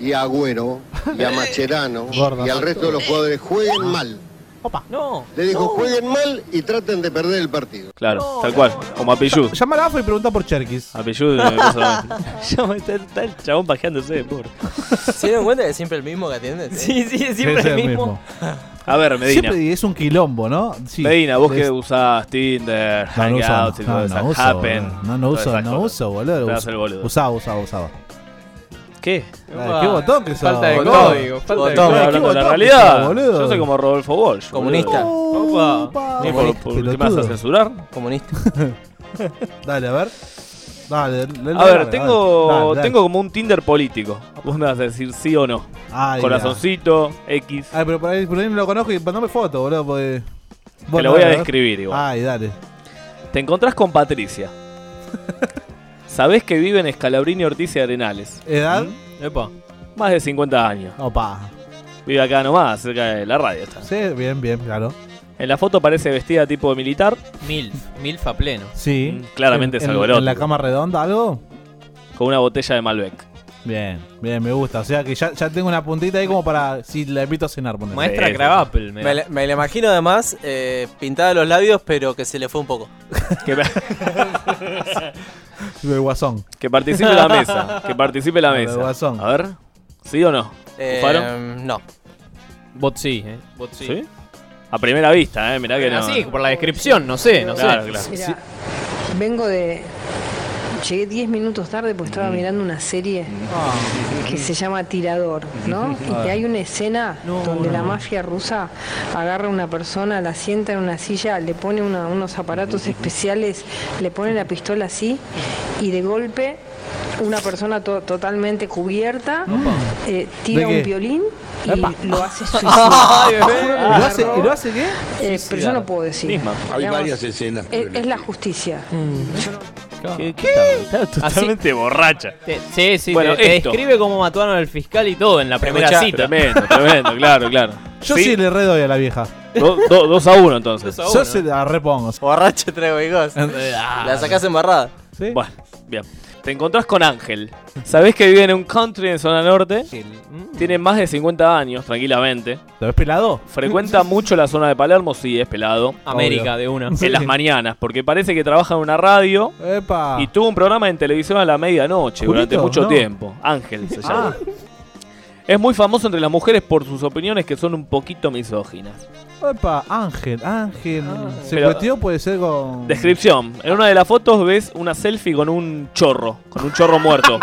y a Agüero [LAUGHS] y a Macherano y al resto de los jugadores, jueguen mal. No. Le dijo, jueguen mal y traten de perder el partido. Claro, tal cual. Como a Pillú. Llama a AFA y pregunta por Cherkis. A [LAUGHS] Pillú, eh, cosa- Llama, está, está el chabón pajeándose, pobre. ¿Se dieron cuenta que es siempre el mismo que atiende? [LAUGHS] Sí, sí, es siempre Es el el mismo. A ver, Medina. Siempre es un quilombo, ¿no? Sí. Medina, vos Es- que usás Tinder, No, no uso, Hangouts y todo no, eso. no uso, Happen. boludo. no, no todas uso, esas no cosas. uso, boludo. Te Us- hagas el boludo. Usaba, usaba, usaba. ¿Qué? Ay, qué botón que sos, Falta de boludo. código. Falta de Botón. código. Qué hablando de la botón que sos, realidad. boludo. Yo soy como Rodolfo Walsh. boludo. Comunista. Opa. Opa. ¿Y por- por- ¿Qué me vas a Pelotudo. censurar? Comunista. Dale, a ver. Dale, dale, A dale, ver, tengo, dale, dale. tengo como un Tinder político. Vos me vas a decir sí o no. Ay, Corazoncito, X. Ay, pero por ahí, por ahí no lo conozco y mandame foto, boludo, porque. Te Bueno, lo voy a dale, ver. describir igual. Ay, dale. Ah. Te encontrás con [LAUGHS] Patricia. Sabés que vive en Escalabrini, Ortiz y Arenales. ¿Edad? ¿Mm? Epa. Más de 50 años. Opa. Vive acá nomás, cerca de la radio está. Sí, bien, bien, claro. En la foto parece vestida tipo militar. Milf, Milf a pleno. Sí. Mm, claramente es En- en- algo erótico. ¿En la cama redonda algo? Con una botella de Malbec. Bien, bien, me gusta. O sea que ya, ya tengo una puntita ahí como para si la invito a cenar. ponele. Cravapel, me, la- me la imagino además eh, pintada los labios, pero que se le fue un poco. [LAUGHS] El guasón. Que participe la mesa. Que participe la Lo del mesa. guasón. A ver. ¿Sí o no? Eh, ¿Ufaro? no. Bot sí, Ah, eh. Bot sí. ¿Sí? A primera vista, ¿eh? Mirá que no. Así, por la descripción, no sé, no Claro, sé. claro. Mira, vengo de. Llegué 10 minutos tarde porque estaba mirando una serie que se llama Tirador, ¿no? Y que hay una escena donde la mafia rusa agarra a una persona, la sienta en una silla, le pone una- unos aparatos especiales, le pone la pistola así y de golpe una persona to- totalmente cubierta eh, tira ¿De qué? un violín y Epa. lo [LAUGHS] hace Ay, suicidar. bebé. Ah, ¿Y lo hace- y lo hace qué? Eh, pero yo no puedo decir. Misma. Digamos, Hay varias escenas. Es, es la justicia. Yo no- ¿Qué? Está, está totalmente borracha. Te- sí, sí, Bueno, te, te esto. describe cómo mataron al fiscal y todo en la primera Escuchá, cita. Tremendo, [LAUGHS] tremendo, claro, claro. Yo sí, le redoy a la vieja. Do- do- dos a uno entonces. Yo se la repongo. Borracho traigo y [LAUGHS] gozo. Ah, La sacás embarrada. Bueno, bien. Te encontrás con Ángel. Sabés que vive en un country en zona norte. Tiene más de 50 años, tranquilamente. ¿Lo ves pelado? Frecuenta mucho la zona de Palermo, sí, es pelado. América, de una. En las mañanas, porque parece que trabaja en una radio Epa. y tuvo un programa en televisión a la medianoche durante Ah. ¿Julito? mucho No. tiempo. Ángel se llama. Es muy famoso entre las mujeres por sus opiniones que son un poquito misóginas. Epa, Ángel, Ángel. se Ah. Pero- cuestió, puede ser con. Descripción. En una de las fotos ves una selfie con un chorro, con un chorro muerto.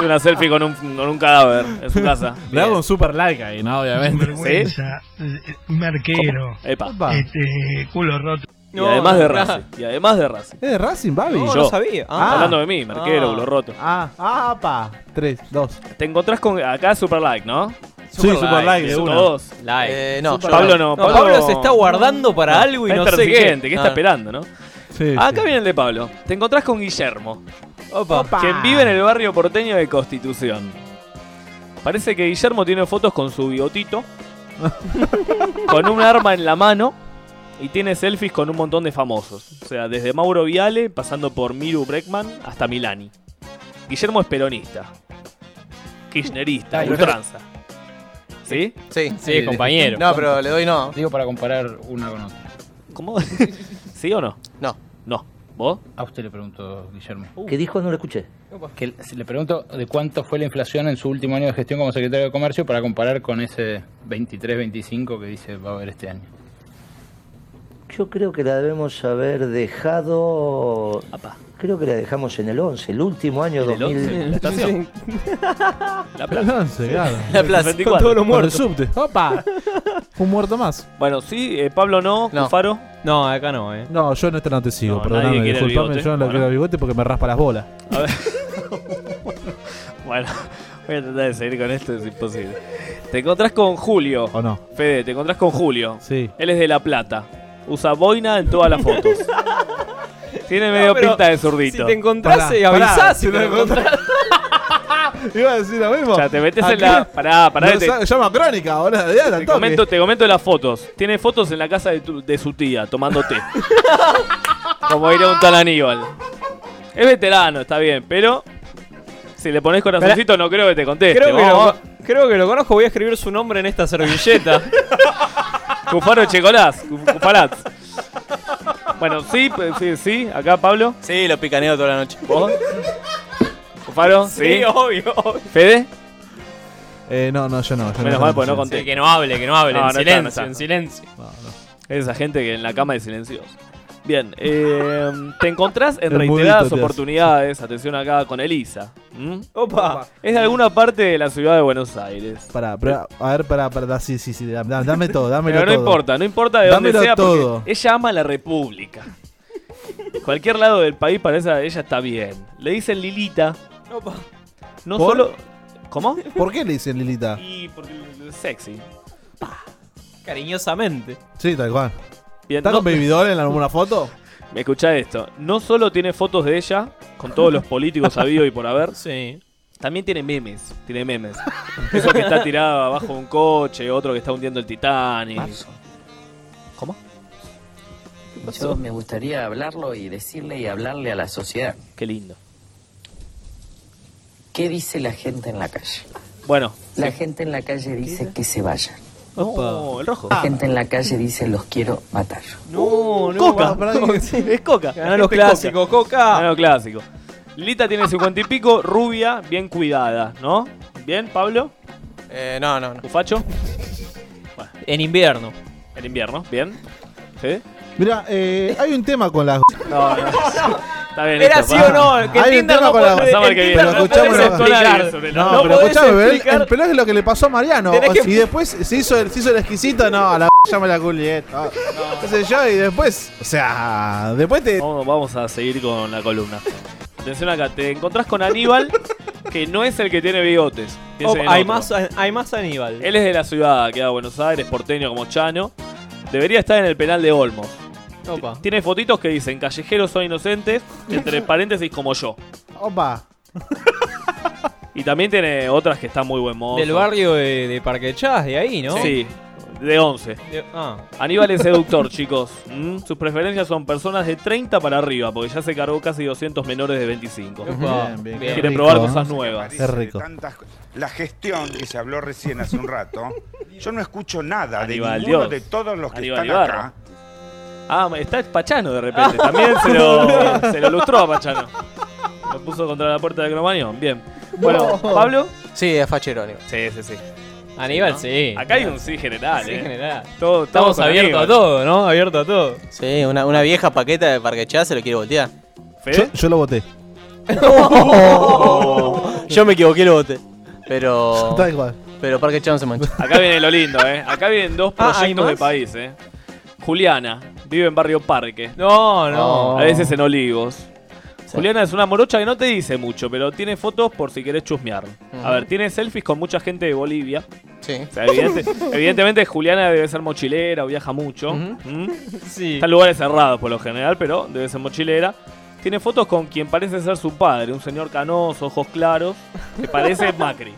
y una selfie con un, con un cadáver en su casa. Le hago un super like ahí, ¿no? Obviamente. vergüenza, Un arquero. Epa. Este, culo roto. Y además de no. Racing. Y además de Racing. ¿Es de Eh, Racing, Babi? Yo. Ah, Está Hablando de mí, Marquero, lo roto. Ah, ah, pa. Tres, dos. Te encontrás con. Acá Super Like, ¿no? Sí, Super Like, de Eso, una. todos. Like. Eh, no, Super yo Pablo no. no. No, Pablo se está guardando para algo y Está no sé qué. intransigente, ¿Qué está Ah. esperando, no? Acá viene el de Pablo. Te encontrás con Guillermo. Quien vive en el barrio porteño de Constitución. Parece que Guillermo tiene fotos con su bigotito. con un arma en la mano. Y tiene selfies con un montón de famosos. O sea, desde Mauro Viale, pasando por Miru Breckman, hasta Milani. Guillermo es peronista. Kirchnerista, Ay, ultranza. ¿Sí? Eh, Sí. Sí, [LAUGHS] compañero. No, pero le doy no. Digo para comparar una con otra. ¿Cómo? [LAUGHS] ¿Sí o no? No. No. ¿Vos? A usted le pregunto, Guillermo. ¿Qué dijo? No lo escuché. Que si le pregunto de cuánto fue la inflación en su último año de gestión como secretario de Comercio para comparar con ese 23-25 que dice va a haber este año. Yo creo que la debemos haber dejado. Creo que la dejamos en el 11, el último año ¿En el 2000. 11? ¿En la estación? La plaza. claro. [LAUGHS] La plaza, con todos los Con el muertos. subte. Opa. Un muerto más. Bueno, sí, eh, Pablo no, Cufaro. No, acá no, eh. No, yo en este no te sigo, No, nadie perdóname, quiere el disculpame, bigote. yo no le Bueno. quiero el bigote porque me raspa las bolas. A ver. bueno, [LAUGHS] voy a tratar de seguir con esto, es imposible. Te encontrás con Julio. ¿O no? Fede, te encontrás con Julio. Sí. Él es de La Plata. Usa boina en todas las [LAUGHS] fotos. Tiene medio pero pinta de zurdito. si te encontrás, eh, avisás si te encontrás. Iba a decir lo mismo. O sea, te metes en la. Pará, pará. No, que te- sa- Llama a crónica, ahora de al te, toque. comento, te comento las fotos. Tiene fotos en la casa de, tu- de su tía, tomando [LAUGHS] té. Como diría un tal Aníbal. Es veterano, está bien, pero. Si le pones corazoncito, no creo que te conteste. Creo que, Vamos, lo, creo que lo conozco, voy a escribir su nombre en esta servilleta. Cufaro Checolás, Cuf- Cufarat. Bueno, sí, p- sí, sí, acá Pablo. Sí, lo picaneo toda la noche. ¿Vos? Cufaro, sí. Sí, obvio, obvio. ¿Fede? Eh, no, no, yo no. yo Menos no, mal, porque no conté. Sí, que no hable, que no hable, No, en no está, no silencio, está. en silencio. Esa gente que en la cama es silenciosa. Bien, eh, te encontrás [LAUGHS] en El mudito reiteradas te hace. oportunidades, atención acá, con Elisa. ¿m? Opa. Es de alguna parte de la ciudad de Buenos Aires. Pará, pará, a ver, pará, pará, da- sí, sí, sí, da- da- dame todo, dámelo Pero no todo. importa, no importa de dámelo dónde sea, porque todo. ella ama la República. Cualquier lado del país para esa- ella está bien. Le dicen Lilita. No ¿Por? solo. ¿Cómo? ¿Por qué le dicen Lilita? Y porque es sexy. [LAUGHS] Cariñosamente. Sí, tal cual. Bien, ¿Está no- con Baby Doll en alguna foto? Me escucha esto. No solo tiene fotos de ella, con todos los políticos habido y por haber. Sí. También tiene memes. Tiene memes. Eso que está tirado abajo de un coche, otro que está hundiendo el Titanic. ¿Cómo? Yo me gustaría hablarlo y decirle y hablarle a la sociedad. Qué lindo. ¿Qué dice la gente en la calle? Bueno. La gente en la calle dice que se vayan. No, el rojo. La gente en la calle dice los quiero matar. No, no. Coca. Es Coca. Ganan Este los clásicos, Coca. Ah. Ganan los clásicos. Lita tiene 50 y pico, rubia, bien cuidada, ¿no? ¿Bien, Pablo? Eh, no, no, no. ¿Ufacho? En invierno. En invierno, bien. ¿Sí? Mirá, eh, hay un tema con [LAUGHS] las. No, no. Está bien, Era listo, sí pará. o no, que Hay un Tinder tema no con la- puede, Pasaba el el que Tinder viene. no Lo escuchamos, puede no. explicar. No, No pero podés escuchame, pero él- explicar- el pelado es lo que le pasó a Mariano. Tenés que- Y después se hizo, el- se hizo el exquisito, no, a la p llama la Julieta. No, qué sé yo, y después. O sea, después te. Vamos, vamos a seguir con la columna. Atención acá, te encontrás con Aníbal, que no es el que tiene bigotes. que es Oh, el hay, otro. más, hay más Aníbal. Él es de la ciudad, queda Buenos Aires, porteño como Chano. Debería estar en el penal de Olmos. Opa. Tiene fotitos que dicen callejeros son inocentes, entre paréntesis como yo. Opa. Y también tiene otras que están muy buen modo. Del barrio de, de Parque Chas, de ahí, ¿no? Sí, de 11. De- ah. Aníbal es seductor, chicos. ¿Mm? Sus preferencias son personas de 30 para arriba, porque ya se cargó casi 200 menores de 25. Bien, bien, qué Quiere rico, probar ¿eh? cosas nuevas. Qué rico. La gestión que se habló recién hace un rato, yo no escucho nada de Aníbal, ninguno Dios. de todos los que Aníbal están Ibarra. acá. Ah, está Pachano de repente. También se lo, se lo lustró a Pachano. Lo puso contra la puerta de Cromañón. Bien. Bueno, Pablo. Sí, es fachero, Aníbal. Sí, sí, sí. Aníbal, ¿no? sí. Acá hay un sí general, Sí, eh. general. Todo- todo Estamos con abiertos a Aníbal. todo, ¿no? Abierto a todo. Sí, una, una vieja paqueta de parquechá se lo quiere voltear. Yo, ¿Eh? yo lo voté. Oh. Yo me equivoqué, lo voté. Pero. Tal cual. Pero parquechá no se manchó. Acá viene lo lindo, eh. Acá vienen dos Ah, ¿hay proyectos de más? país, eh. Juliana vive en Barrio Parque. No, no. A veces en Olivos. Juliana es una morocha que no te dice mucho, pero tiene fotos por si querés chusmear. A Ujú. ver, tiene selfies con mucha gente de Bolivia. Sí. O sea, evidente- [LAUGHS] evidentemente Juliana debe ser mochilera, viaja mucho. ¿Mm? Está en lugares cerrados por lo general, pero debe ser mochilera. Tiene fotos con quien parece ser su padre, un señor canoso, ojos claros, que [LAUGHS] parece Macri.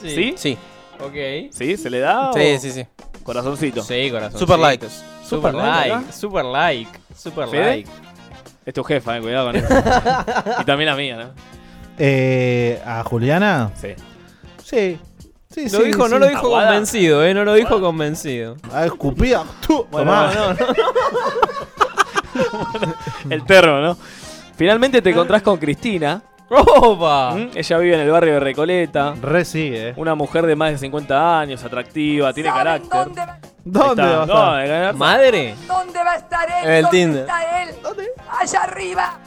¿Sí? Sí. Ok. ¿Sí? ¿Se le da? Sí, o- sí, sí. Corazoncito. Sí, corazón. Super like. Super Super like. like, Super like. Super ¿Fede? like. Es tu jefa, eh, cuidado [LAUGHS] con eso. y también la mía, ¿no? Eh, ¿A Juliana? Sí. Sí. Sí, Lo sí, dijo, no sí. lo dijo Aguada. convencido, ¿eh? No lo dijo convencido. Ah, escupía. Tú, [LAUGHS] tomá. no, El termo, ¿no? Finalmente te encontrás con Cristina. ¡Opa! ¿Mm? Ella vive en el barrio de Recoleta. Re sí, eh. Una mujer de más de 50 años, atractiva, tiene carácter. ¿Dónde Ahí va a está. estar? No, ¿Madre? ¿Dónde va a estar él? En el ¿Dónde Tinder. está él? Allá arriba.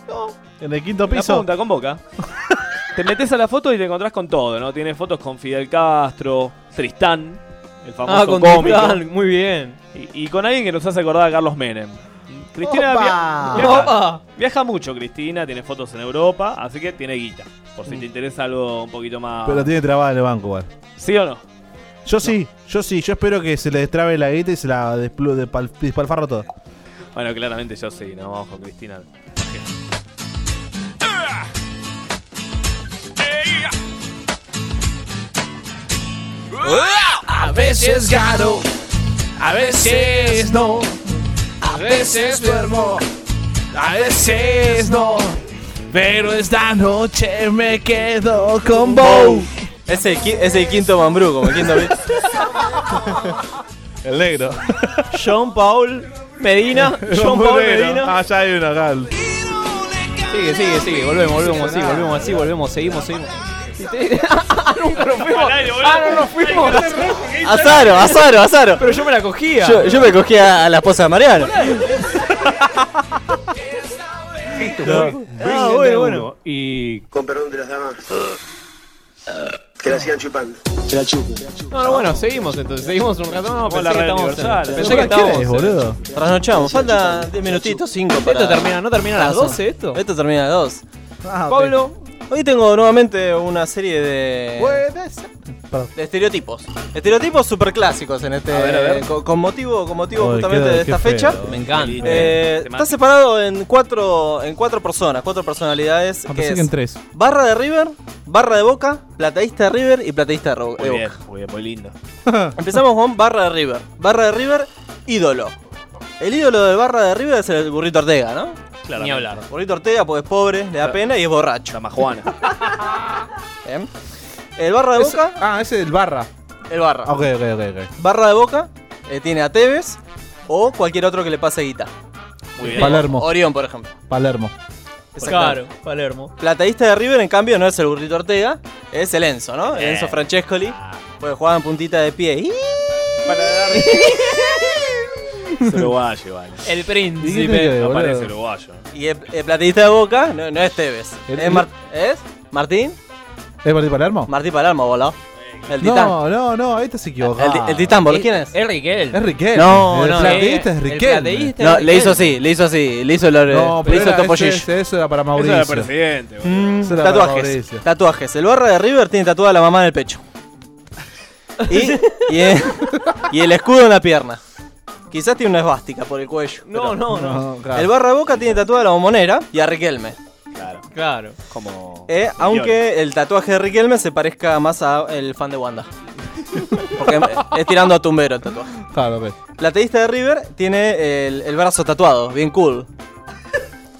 En el quinto La piso. punta, con boca. te metes a la foto y te encontrás con todo, ¿no? Tiene fotos con Fidel Castro, Tristán, el famoso Ah, con cómico. Tristán, muy bien. Y, y con alguien que nos hace acordar a Carlos Menem. Cristina Opa. via- viaja, Opa. viaja mucho, Cristina, tiene fotos en Europa, así que tiene guita. Por si te interesa algo un poquito más. Mm. Pero tiene trabada en el banco, igual. ¿Sí o no? Yo sí, yo sí. Yo espero que se le destrabe la guita y se la desplu- de pal- despalfarro toda. Bueno, claramente yo sí, no, vamos con Cristina. A veces gano, a veces no, a veces duermo, a veces no, pero esta noche me quedo con vos. Es el, qui- es el quinto mambrú, como el quinto. [LAUGHS] el negro. John Paul Medina. [LAUGHS] John Paul Medina. Ah, ya hay una gal. Sigue, sigue, sigue. Volvemos, volvemos así, volvemos así, volvemos, seguimos, seguimos. ah, nunca nos fuimos. Ah, no nos fuimos. Azaro, azaro, azaro. Pero yo me la cogía. Yo, yo me cogí a, a la esposa de Mariano. Ah, bueno, bueno. Y. Con perdón de las damas. Que la sigan chupando. Que la chupen. No, no, bueno, seguimos entonces. Seguimos un rato. No, pensé que estábamos. en- Pensé que estábamos. estábamos. boludo? Trasnochamos, falta 10 minutitos, 5 para. ¿Esto termina, no termina a las 12 esto? Esto termina a las 2. Pablo. Hoy tengo nuevamente una serie de. Puede ser. De estereotipos. Estereotipos super clásicos en este. A ver, a ver. Con, con motivo, con motivo Ay, justamente qué- de qué esta feo. fecha. Me encanta. Eh, Te está mato. separado en cuatro, en cuatro personas, cuatro Ah, personalidades. pensé es que en tres. Barra de River, barra de Boca, plateísta de River y plateísta de, Ro- de Muy bien, Boca. muy bien, muy lindo. Empezamos con barra de River. Barra de River, ídolo. El ídolo de barra de River es el burrito Ortega, ¿no? Claramente. Ni hablar. Burrito Ortega porque es pobre, le da pena y es borracho. La majuana. [LAUGHS] El barra de Es- Boca, Ah, ese es el barra. el barra. Ok, ok, ok. okay. Barra de Boca eh, tiene a Tevez o cualquier otro que le pase guita. Muy bien. Palermo. Orión, por ejemplo. Palermo. Claro, Palermo. Plateísta de River, en cambio, no es el burrito Ortega, es el Enzo, Eh. Ah. ¿no? El Enzo Francescoli. Porque jugaba en puntita de pie. Es uruguayo, vale. El príncipe. ¿Y qué tiene que Eh, ver, No boludo? parece uruguayo. Y el, el platista de Boca no, no es Tevez. El- es, Mar- ¿Es? ¿Martín? ¿Es Martín Palermo? Martín Palermo, boludo. El titán. No, eh, no, no, este se equivoca. El ti- el titán, boludo, ¿quién es? Es Riquel. Es Riquelme. No, el no, plateísta eh, es el Riquelme. plateísta es No, le hizo Riquelme. así, le hizo así, le hizo lo- eh, No, le pero este hizo era- Topo ese- Gillo. ese- Eso era para Eso Mauricio. era presidente, Mm, Eso era para Mauricio. tatuajes. Tatuajes. El barra de River tiene tatuada la mamá en el pecho. Y, y, el, y el escudo en la pierna. Quizás tiene una esvástica por el cuello. No, pero- no, no. No, claro. El barra de boca tiene tatuada la bombonera y a Riquelme. Claro. Claro. Como. Mm. Eh, aunque el tatuaje de Riquelme se parezca más al fan de Wanda. Porque es tirando a tumbero el tatuaje. Claro, ok. Plateísta de River tiene el, el brazo tatuado, bien cool.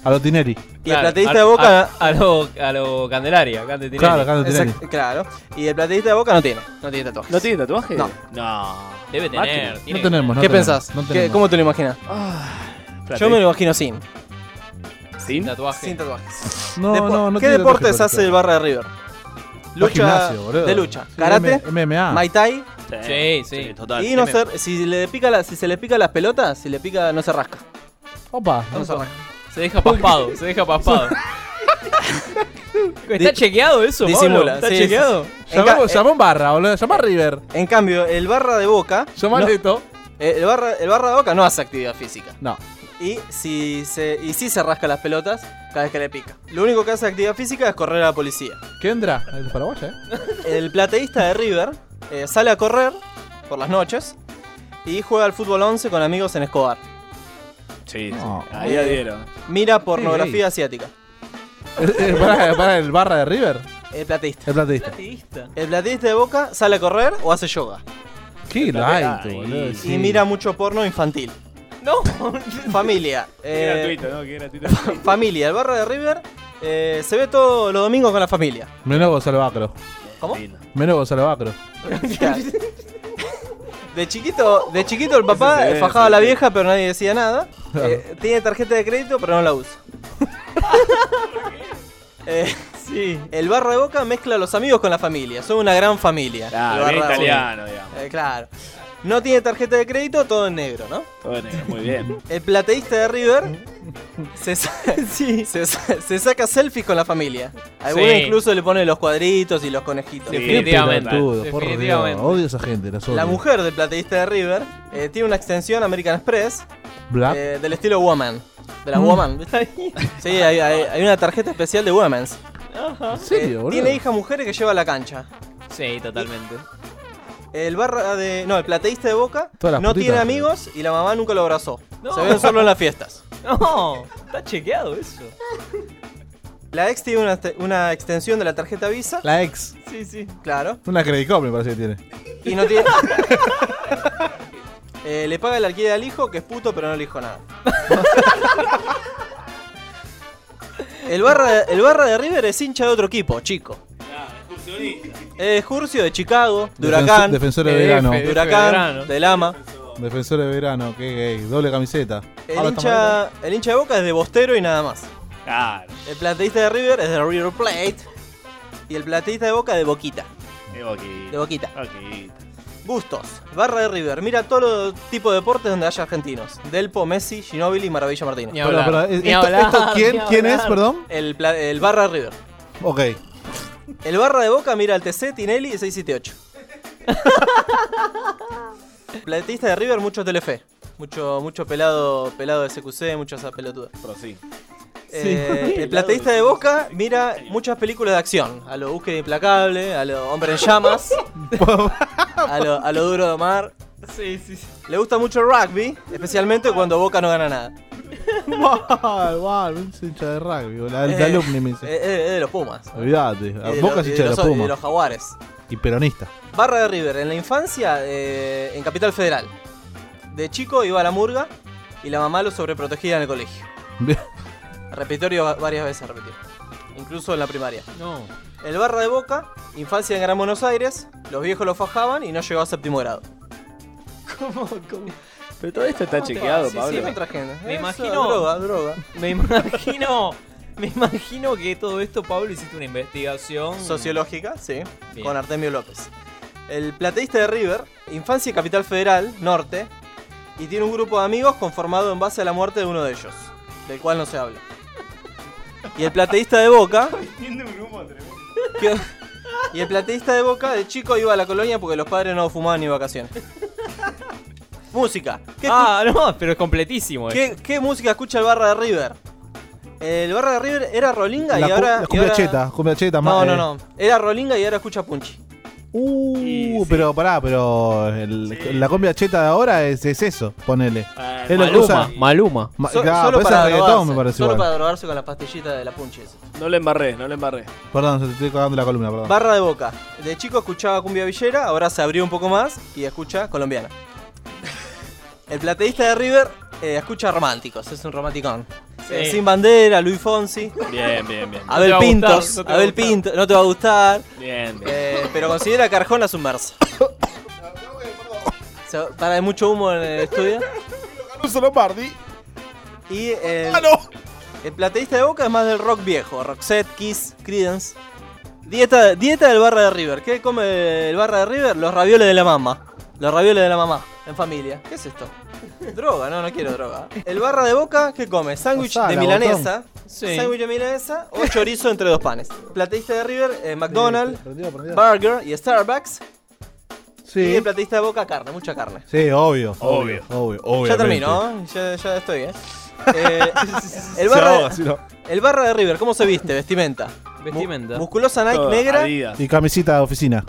A los Tineri. Y el plateísta de Boca. A, a lo, a lo Candelaria. Cande Tinelli. Exact- claro. Y el plateísta de Boca no tiene. No tiene tatuaje. ¿No tiene tatuaje? No. No. Debe tener. Mati. tiene- ¿Qué pensás? ¿Qué- ¿Cómo te lo imaginas? Ah. Yo me lo imagino sin. ¿Sin? tatuaje. Sin tatuajes. No, Depo- no, no ¿Qué tiene deportes tatuaje, hace el barra de River? Va Lucha al gimnasio, boludo. de lucha, Sí, ah. karate, M- MMA. Muay Thai. Sí, sí. Y no ser, si le pica la- si se le pica las pelotas, si le pica no se rasca. Opa. No se rasca. Se deja paspado. Se deja [LAUGHS] paspado. ¿Está Di- chequeado eso, Pablo? Disimula, ¿Está sí, sí, chequeado? sí. En Llamá, ca- llamá un barra, boludo. Llamá a River. En cambio, el barra de boca. eh, Llamale esto. El barra, el barra de boca no hace actividad física. No. Y si se, y sí se rasca las pelotas cada vez que le pica. Lo único que hace actividad física es correr a la policía. ¿Qué entra? El paraguaya, eh. [LAUGHS] El plateísta de River eh, sale a correr por las noches y juega al fútbol 11 con amigos en Escobar. Sí, sí. No. Ahí adhiero. Mira pornografía Sí, sí. asiática. Eh, eh, pará, pará, el barra de River. El plateísta. El plateísta. El plateísta de Boca sale a correr o hace yoga. Qué light, boludo. Y sí. mira mucho porno infantil. No. [LAUGHS] Familia. Qué eh, gratuito, ¿no? Qué gratuito. familia. El barra de River eh, se ve todos los domingos con la familia. Menos Gonzalo Bacro. [LAUGHS] ¿Cómo? Menos Gonzalo Bacro. De chiquito, de chiquito el papá Ese se ve, fajaba a la ese. vieja, pero nadie decía nada. Claro. Eh, tiene tarjeta de crédito, pero no la usa. Eh, El barra de boca mezcla a los amigos con la familia. Son una gran familia. Claro, El Barra bien de Boca. italiano, digamos. Eh, claro. No tiene tarjeta de crédito, todo en negro, ¿no? Todo negro, muy bien. El plateísta de River [LAUGHS] se, sa- se sa- se saca selfies con la familia. Algunos Sí. incluso le pone los cuadritos y los conejitos. Qué pelotudo, por Dios. Odio a esa gente, las odio. La mujer del plateísta de River eh, tiene una extensión American Express Ah. Black. eh, del estilo Woman. De la Mm. Woman, ¿viste? Sí, hay, hay- hay una tarjeta especial de Women's. ¿En Eh, tiene hijas mujeres que lleva a la cancha. Sí, totalmente. El barra de. No, el plateísta de boca Todas las no putitas. tiene amigos y la mamá nunca lo abrazó. No. Se ven solo en las fiestas. No, está chequeado eso. La ex tiene una, una extensión de la tarjeta Visa. La ex. Sí, sí. Claro. Una credit card me parece que tiene. Y no tiene. [LAUGHS] Eh, le paga el alquiler al hijo, que es puto, pero no le dijo nada. [LAUGHS] el, barra de, el barra de River es hincha de otro equipo, chico. Es Jurcio de Chicago, Defenso- de Huracán. defensor de eh, verano. De Defensor de Huracán, verano. de Lama. Defensor de verano, qué gay. Doble camiseta. El Ahora estamos hincha, el hincha de Boca es de Bostero y nada más. El plateísta de River es de River Plate. Y el plateísta de Boca de Boquita. De boquita. De Boquita. Gustos. Barra de River. Mira todo tipo de deportes donde haya argentinos. Delpo, Messi, Ginóbili y Maravilla Martínez. Ni Perdón, hablar, perdón, ni ¿esto- hablar, esto quién- ni quién hablar. es, perdón? El, pla- el Barra River. Ok. El Barra de Boca mira al TC, Tinelli y 678. Platista de River, mucho Telefe. Mucho, mucho pelado, pelado de CQC, muchas esas pelotudas. [LAUGHS] Eh, Sí. el plateísta de Boca mira muchas películas de acción. A lo Búsqueda Implacable, a lo Hombre en [LAUGHS] Llamas, a lo, a lo Duro de Omar. Sí, sí, sí. Le gusta mucho el rugby, especialmente cuando Boca no gana nada. Mal, mal, un hincha de rugby, boludo. El Eh, alumni me eh, dice. eh, Es de los Pumas. Olvídate. Y de Boca es los- y de hincha de los- la Y de Puma. los Jaguares. Y peronista. Barra de River, en la infancia, eh, en Capital Federal. De chico iba a la murga y la mamá lo sobreprotegía en el colegio. Bien. Repitorio va- varias veces repetido. Incluso en la primaria. No. El barra de boca, infancia en Gran Buenos Aires, los viejos lo fajaban y no llegó a séptimo grado. ¿Cómo, cómo? Pero todo esto está chequeado, Sí, Pablo. sí, me trajeron. Me Eso, imagino. droga, droga. Me imagino. Me imagino que todo esto, Pablo, hiciste una investigación. Sociológica, sí. Mm. Bien. Con Artemio López. El plateísta de River, infancia y capital federal, norte. Y tiene un grupo de amigos conformado en base a la muerte de uno de ellos, del cual no se habla. Y el plateísta de Boca, que- y el plateísta de Boca de chico iba a la colonia porque los padres no fumaban ni vacaciones. Música. ¿Qué, escu- Ah, no, pero es completísimo. eh. qué- qué música escucha el barra de River? El barra de River era Rolinga La y cu- ahora. la y cumbia ahora- cheta, cumbia cheta. No, ma- no, eh. no. Era Rolinga y ahora escucha Punchi. Uh, pero pará, pero el- la cumbia cheta de ahora es, es eso, ponele. Eh, Es lo que usa- Maluma. Ma- So- claro, pero solo eso para es reggaetón, drogarse, me parece. solo igual. para drogarse con la pastillita de la Punchi. esa. No le embarré, no le embarré. Perdón, se te estoy cagando la columna, perdón. Barra de boca. De chico escuchaba cumbia villera, ahora se abrió un poco más y escucha colombiana. [LAUGHS] El plateísta de River eh, escucha románticos, es un romanticón. Sí. Eh, Sin bandera, Luis Fonsi. Bien, bien, bien. Abel No te va a Pintos, gustar, no te va a Abel gustar. Pinto, no te va a gustar. Bien, bien. Eh, pero considera que Arjona es un verso. Se- para de mucho humo en el estudio. Y el, el plateísta de boca es más del rock viejo. Roxette, Kiss, Creedence. Dieta, dieta del barra de River. ¿Qué come el barra de River? Los ravioles de la mamá. Los ravioles de la mamá, en familia. ¿Qué es esto? Droga, no, no quiero droga. El barra de boca, ¿qué come? Sándwich Pasala, de milanesa. Sí. Sándwich de milanesa o chorizo entre dos panes. Plateísta de River, eh, McDonald's, Burger y Starbucks. Y el plateísta de boca, carne, mucha carne. Sí, obvio. Obvio. Obvio, obvio. Ya termino, ¿eh? ya, ya [LAUGHS] estoy, ¿eh? Eh, el, barra, ahoga, si no. el barra de River, ¿cómo se viste? Vestimenta. Vestimenta. Mu- musculosa Nike Todo, negra. Adidas. Y camisita de oficina.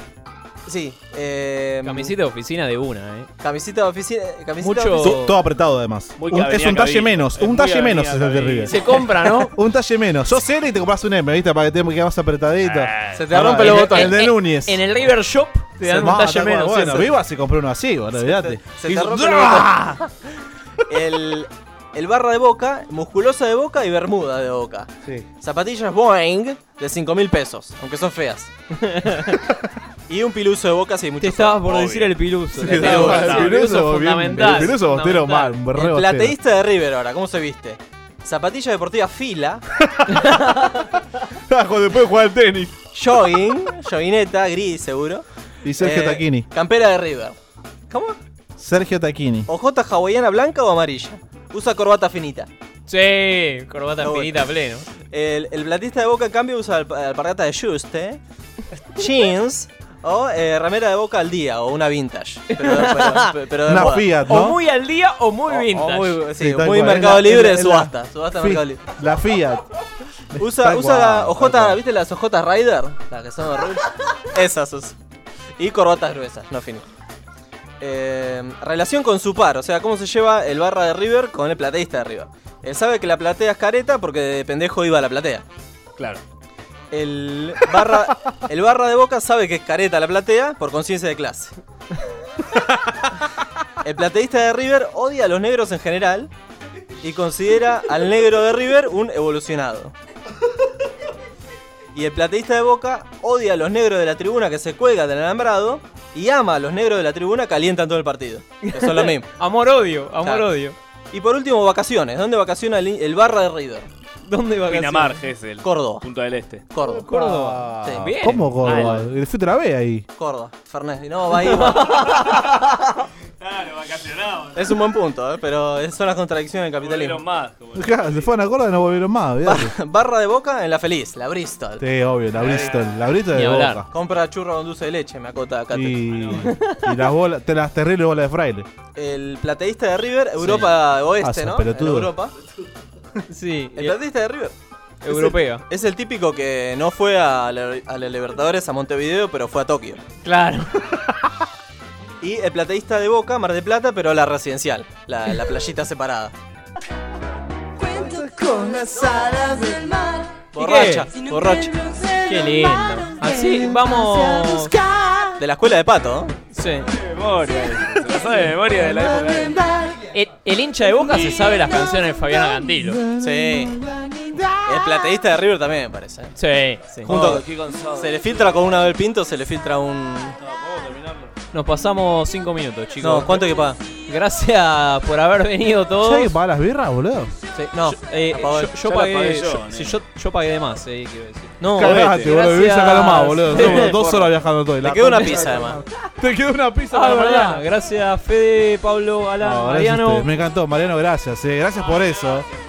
Sí. eh, Camiseta de oficina de una, eh. Camiseta de oficina. Camiseta Mucho- de oficina. To- Todo apretado además. Muy Un- es Avenida un talle Cabildo. menos. Es Un muy talle Avenida menos es el de Cabildo. River. Se compra, ¿no? un talle menos. Sos L y te compras un M, ¿viste? Para que te quede más apretadito. Ah, Se te Pará, rompe el los de- botones. El de Núñez. En el River Shop te dan un Ah, talle está bueno, menos. Bueno, sí, Viva se compró uno así, boludo, olvidate. Se te rompe el ¡Ah! botón. El, el barra de boca, musculosa de boca y bermuda de boca. Sí. Zapatillas Boeing de 5 mil pesos, aunque son [LAUGHS] feas. y un piluso de boca, sí, mucho. Te estabas por decir el piluso. El El piluso, el piluso fundamental, El piruso bostero mal, re El bostero. plateísta de River ahora, ¿cómo se viste? Zapatilla deportiva fila, [LAUGHS] Ajo, después de jugar al tenis. jogging, joguineta, gris seguro. Eh, Y Sergio Tacchini. Campera de River. Sergio Taquini. Ojota hawaiana blanca o amarilla. Usa corbata finita. Sí, corbata Está bueno. finita pleno. El, el platista de boca, en cambio, usa alp- alpargata de Juste, jeans o eh, ramera de boca al día o una vintage. Pero, pero- pero de Una moda. Fiat, ¿no? O muy al día o muy vintage. sí, tal muy cual. mercado Es la- libre de es la- subasta. Subasta Fi- mercado libre. La Fiat. [LAUGHS] Usa, Tal usa cual, la OJ, ¿viste las OJ Rider? Las que son horribles. Esas usa. Y corbatas gruesas, no finas. Eh, relación con su par, o sea, cómo se lleva el barra de River con el plateísta de River. Él sabe que la platea es careta porque de pendejo iba a la platea. Claro. El barra, el barra de boca sabe que es careta la platea por conciencia de clase. El plateísta de River odia a los negros en general y considera al negro de River un evolucionado. Y el plateísta de Boca odia a los negros de la tribuna que se cuelgan del alambrado y ama a los negros de la tribuna que alientan todo el partido. Que son lo mismo. Amor-odio, amor-odio. Y por último, vacaciones. ¿Dónde vacaciona el, el barra de River? ¿Dónde Pinamar, Gessel. Córdoba. Punta del Este. Córdoba. Córdoba. Sí. Ah, ¿Cómo Córdoba? Fuiste otra vez [LAUGHS] ahí. [LAUGHS] Córdoba, Fernández. Y No, va ahí. va. Es un buen punto, ¿eh? pero son las contradicciones del capitalismo. Claro, se fueron a Córdoba y no volvieron más, [LAUGHS] olvidate. Barra de boca en la feliz, la Bristol. Sí, obvio, la Eh, Bristol. La Bristol de Boca. Compra churro con dulce de leche, me acota acá. Y, y las bolas, te las terribles bolas de fraile. El plateísta de River, Europa Oeste, Ah, sos ¿no? pelotudo. Europa. Sí. El plateísta de River. Es Eh, Europea. el- Es el típico que no fue a, la- a los Libertadores a Montevideo, pero fue a Tokio. Claro. Y el plateísta de Boca, Mar de Plata, pero la residencial, la, la playita separada. Con las alas del mar. Borracha, borracha. Qué lindo. Así, vamos. De la escuela de pato, ¿no? Sí. Memoria. Se la sabe de memoria de la época. de- El, el hincha de boca se sabe las canciones de Fabiana Gandilo. Sí. El plateísta de River también me parece. Sí. Junto- Oh, qué cansado. se le filtra con un Abel Pinto, se le filtra un. Nos pasamos 5 minutos, chicos. No, ¿cuánto hay que pagar? Gracias por haber venido todos. ¿Ya hay que pagar las birras, boludo? Sí, no, eh, apagó- yo, yo ya la pagué, pagué yo, yo, sí, yo, yo pagué de más, eh, quiero decir. No, Cagate, boludo, vivís acá nomás, boludo. [LAUGHS] Estamos dos horas viajando todo. y Te la quedó una concha- pizza, además. [LAUGHS] Te quedó una pizza Ah, para verdad. mañana. Gracias, Fede, Pablo, Alan, No, gracias a Mariano. ustedes. Me encantó, Mariano, gracias. eh, Gracias por eso.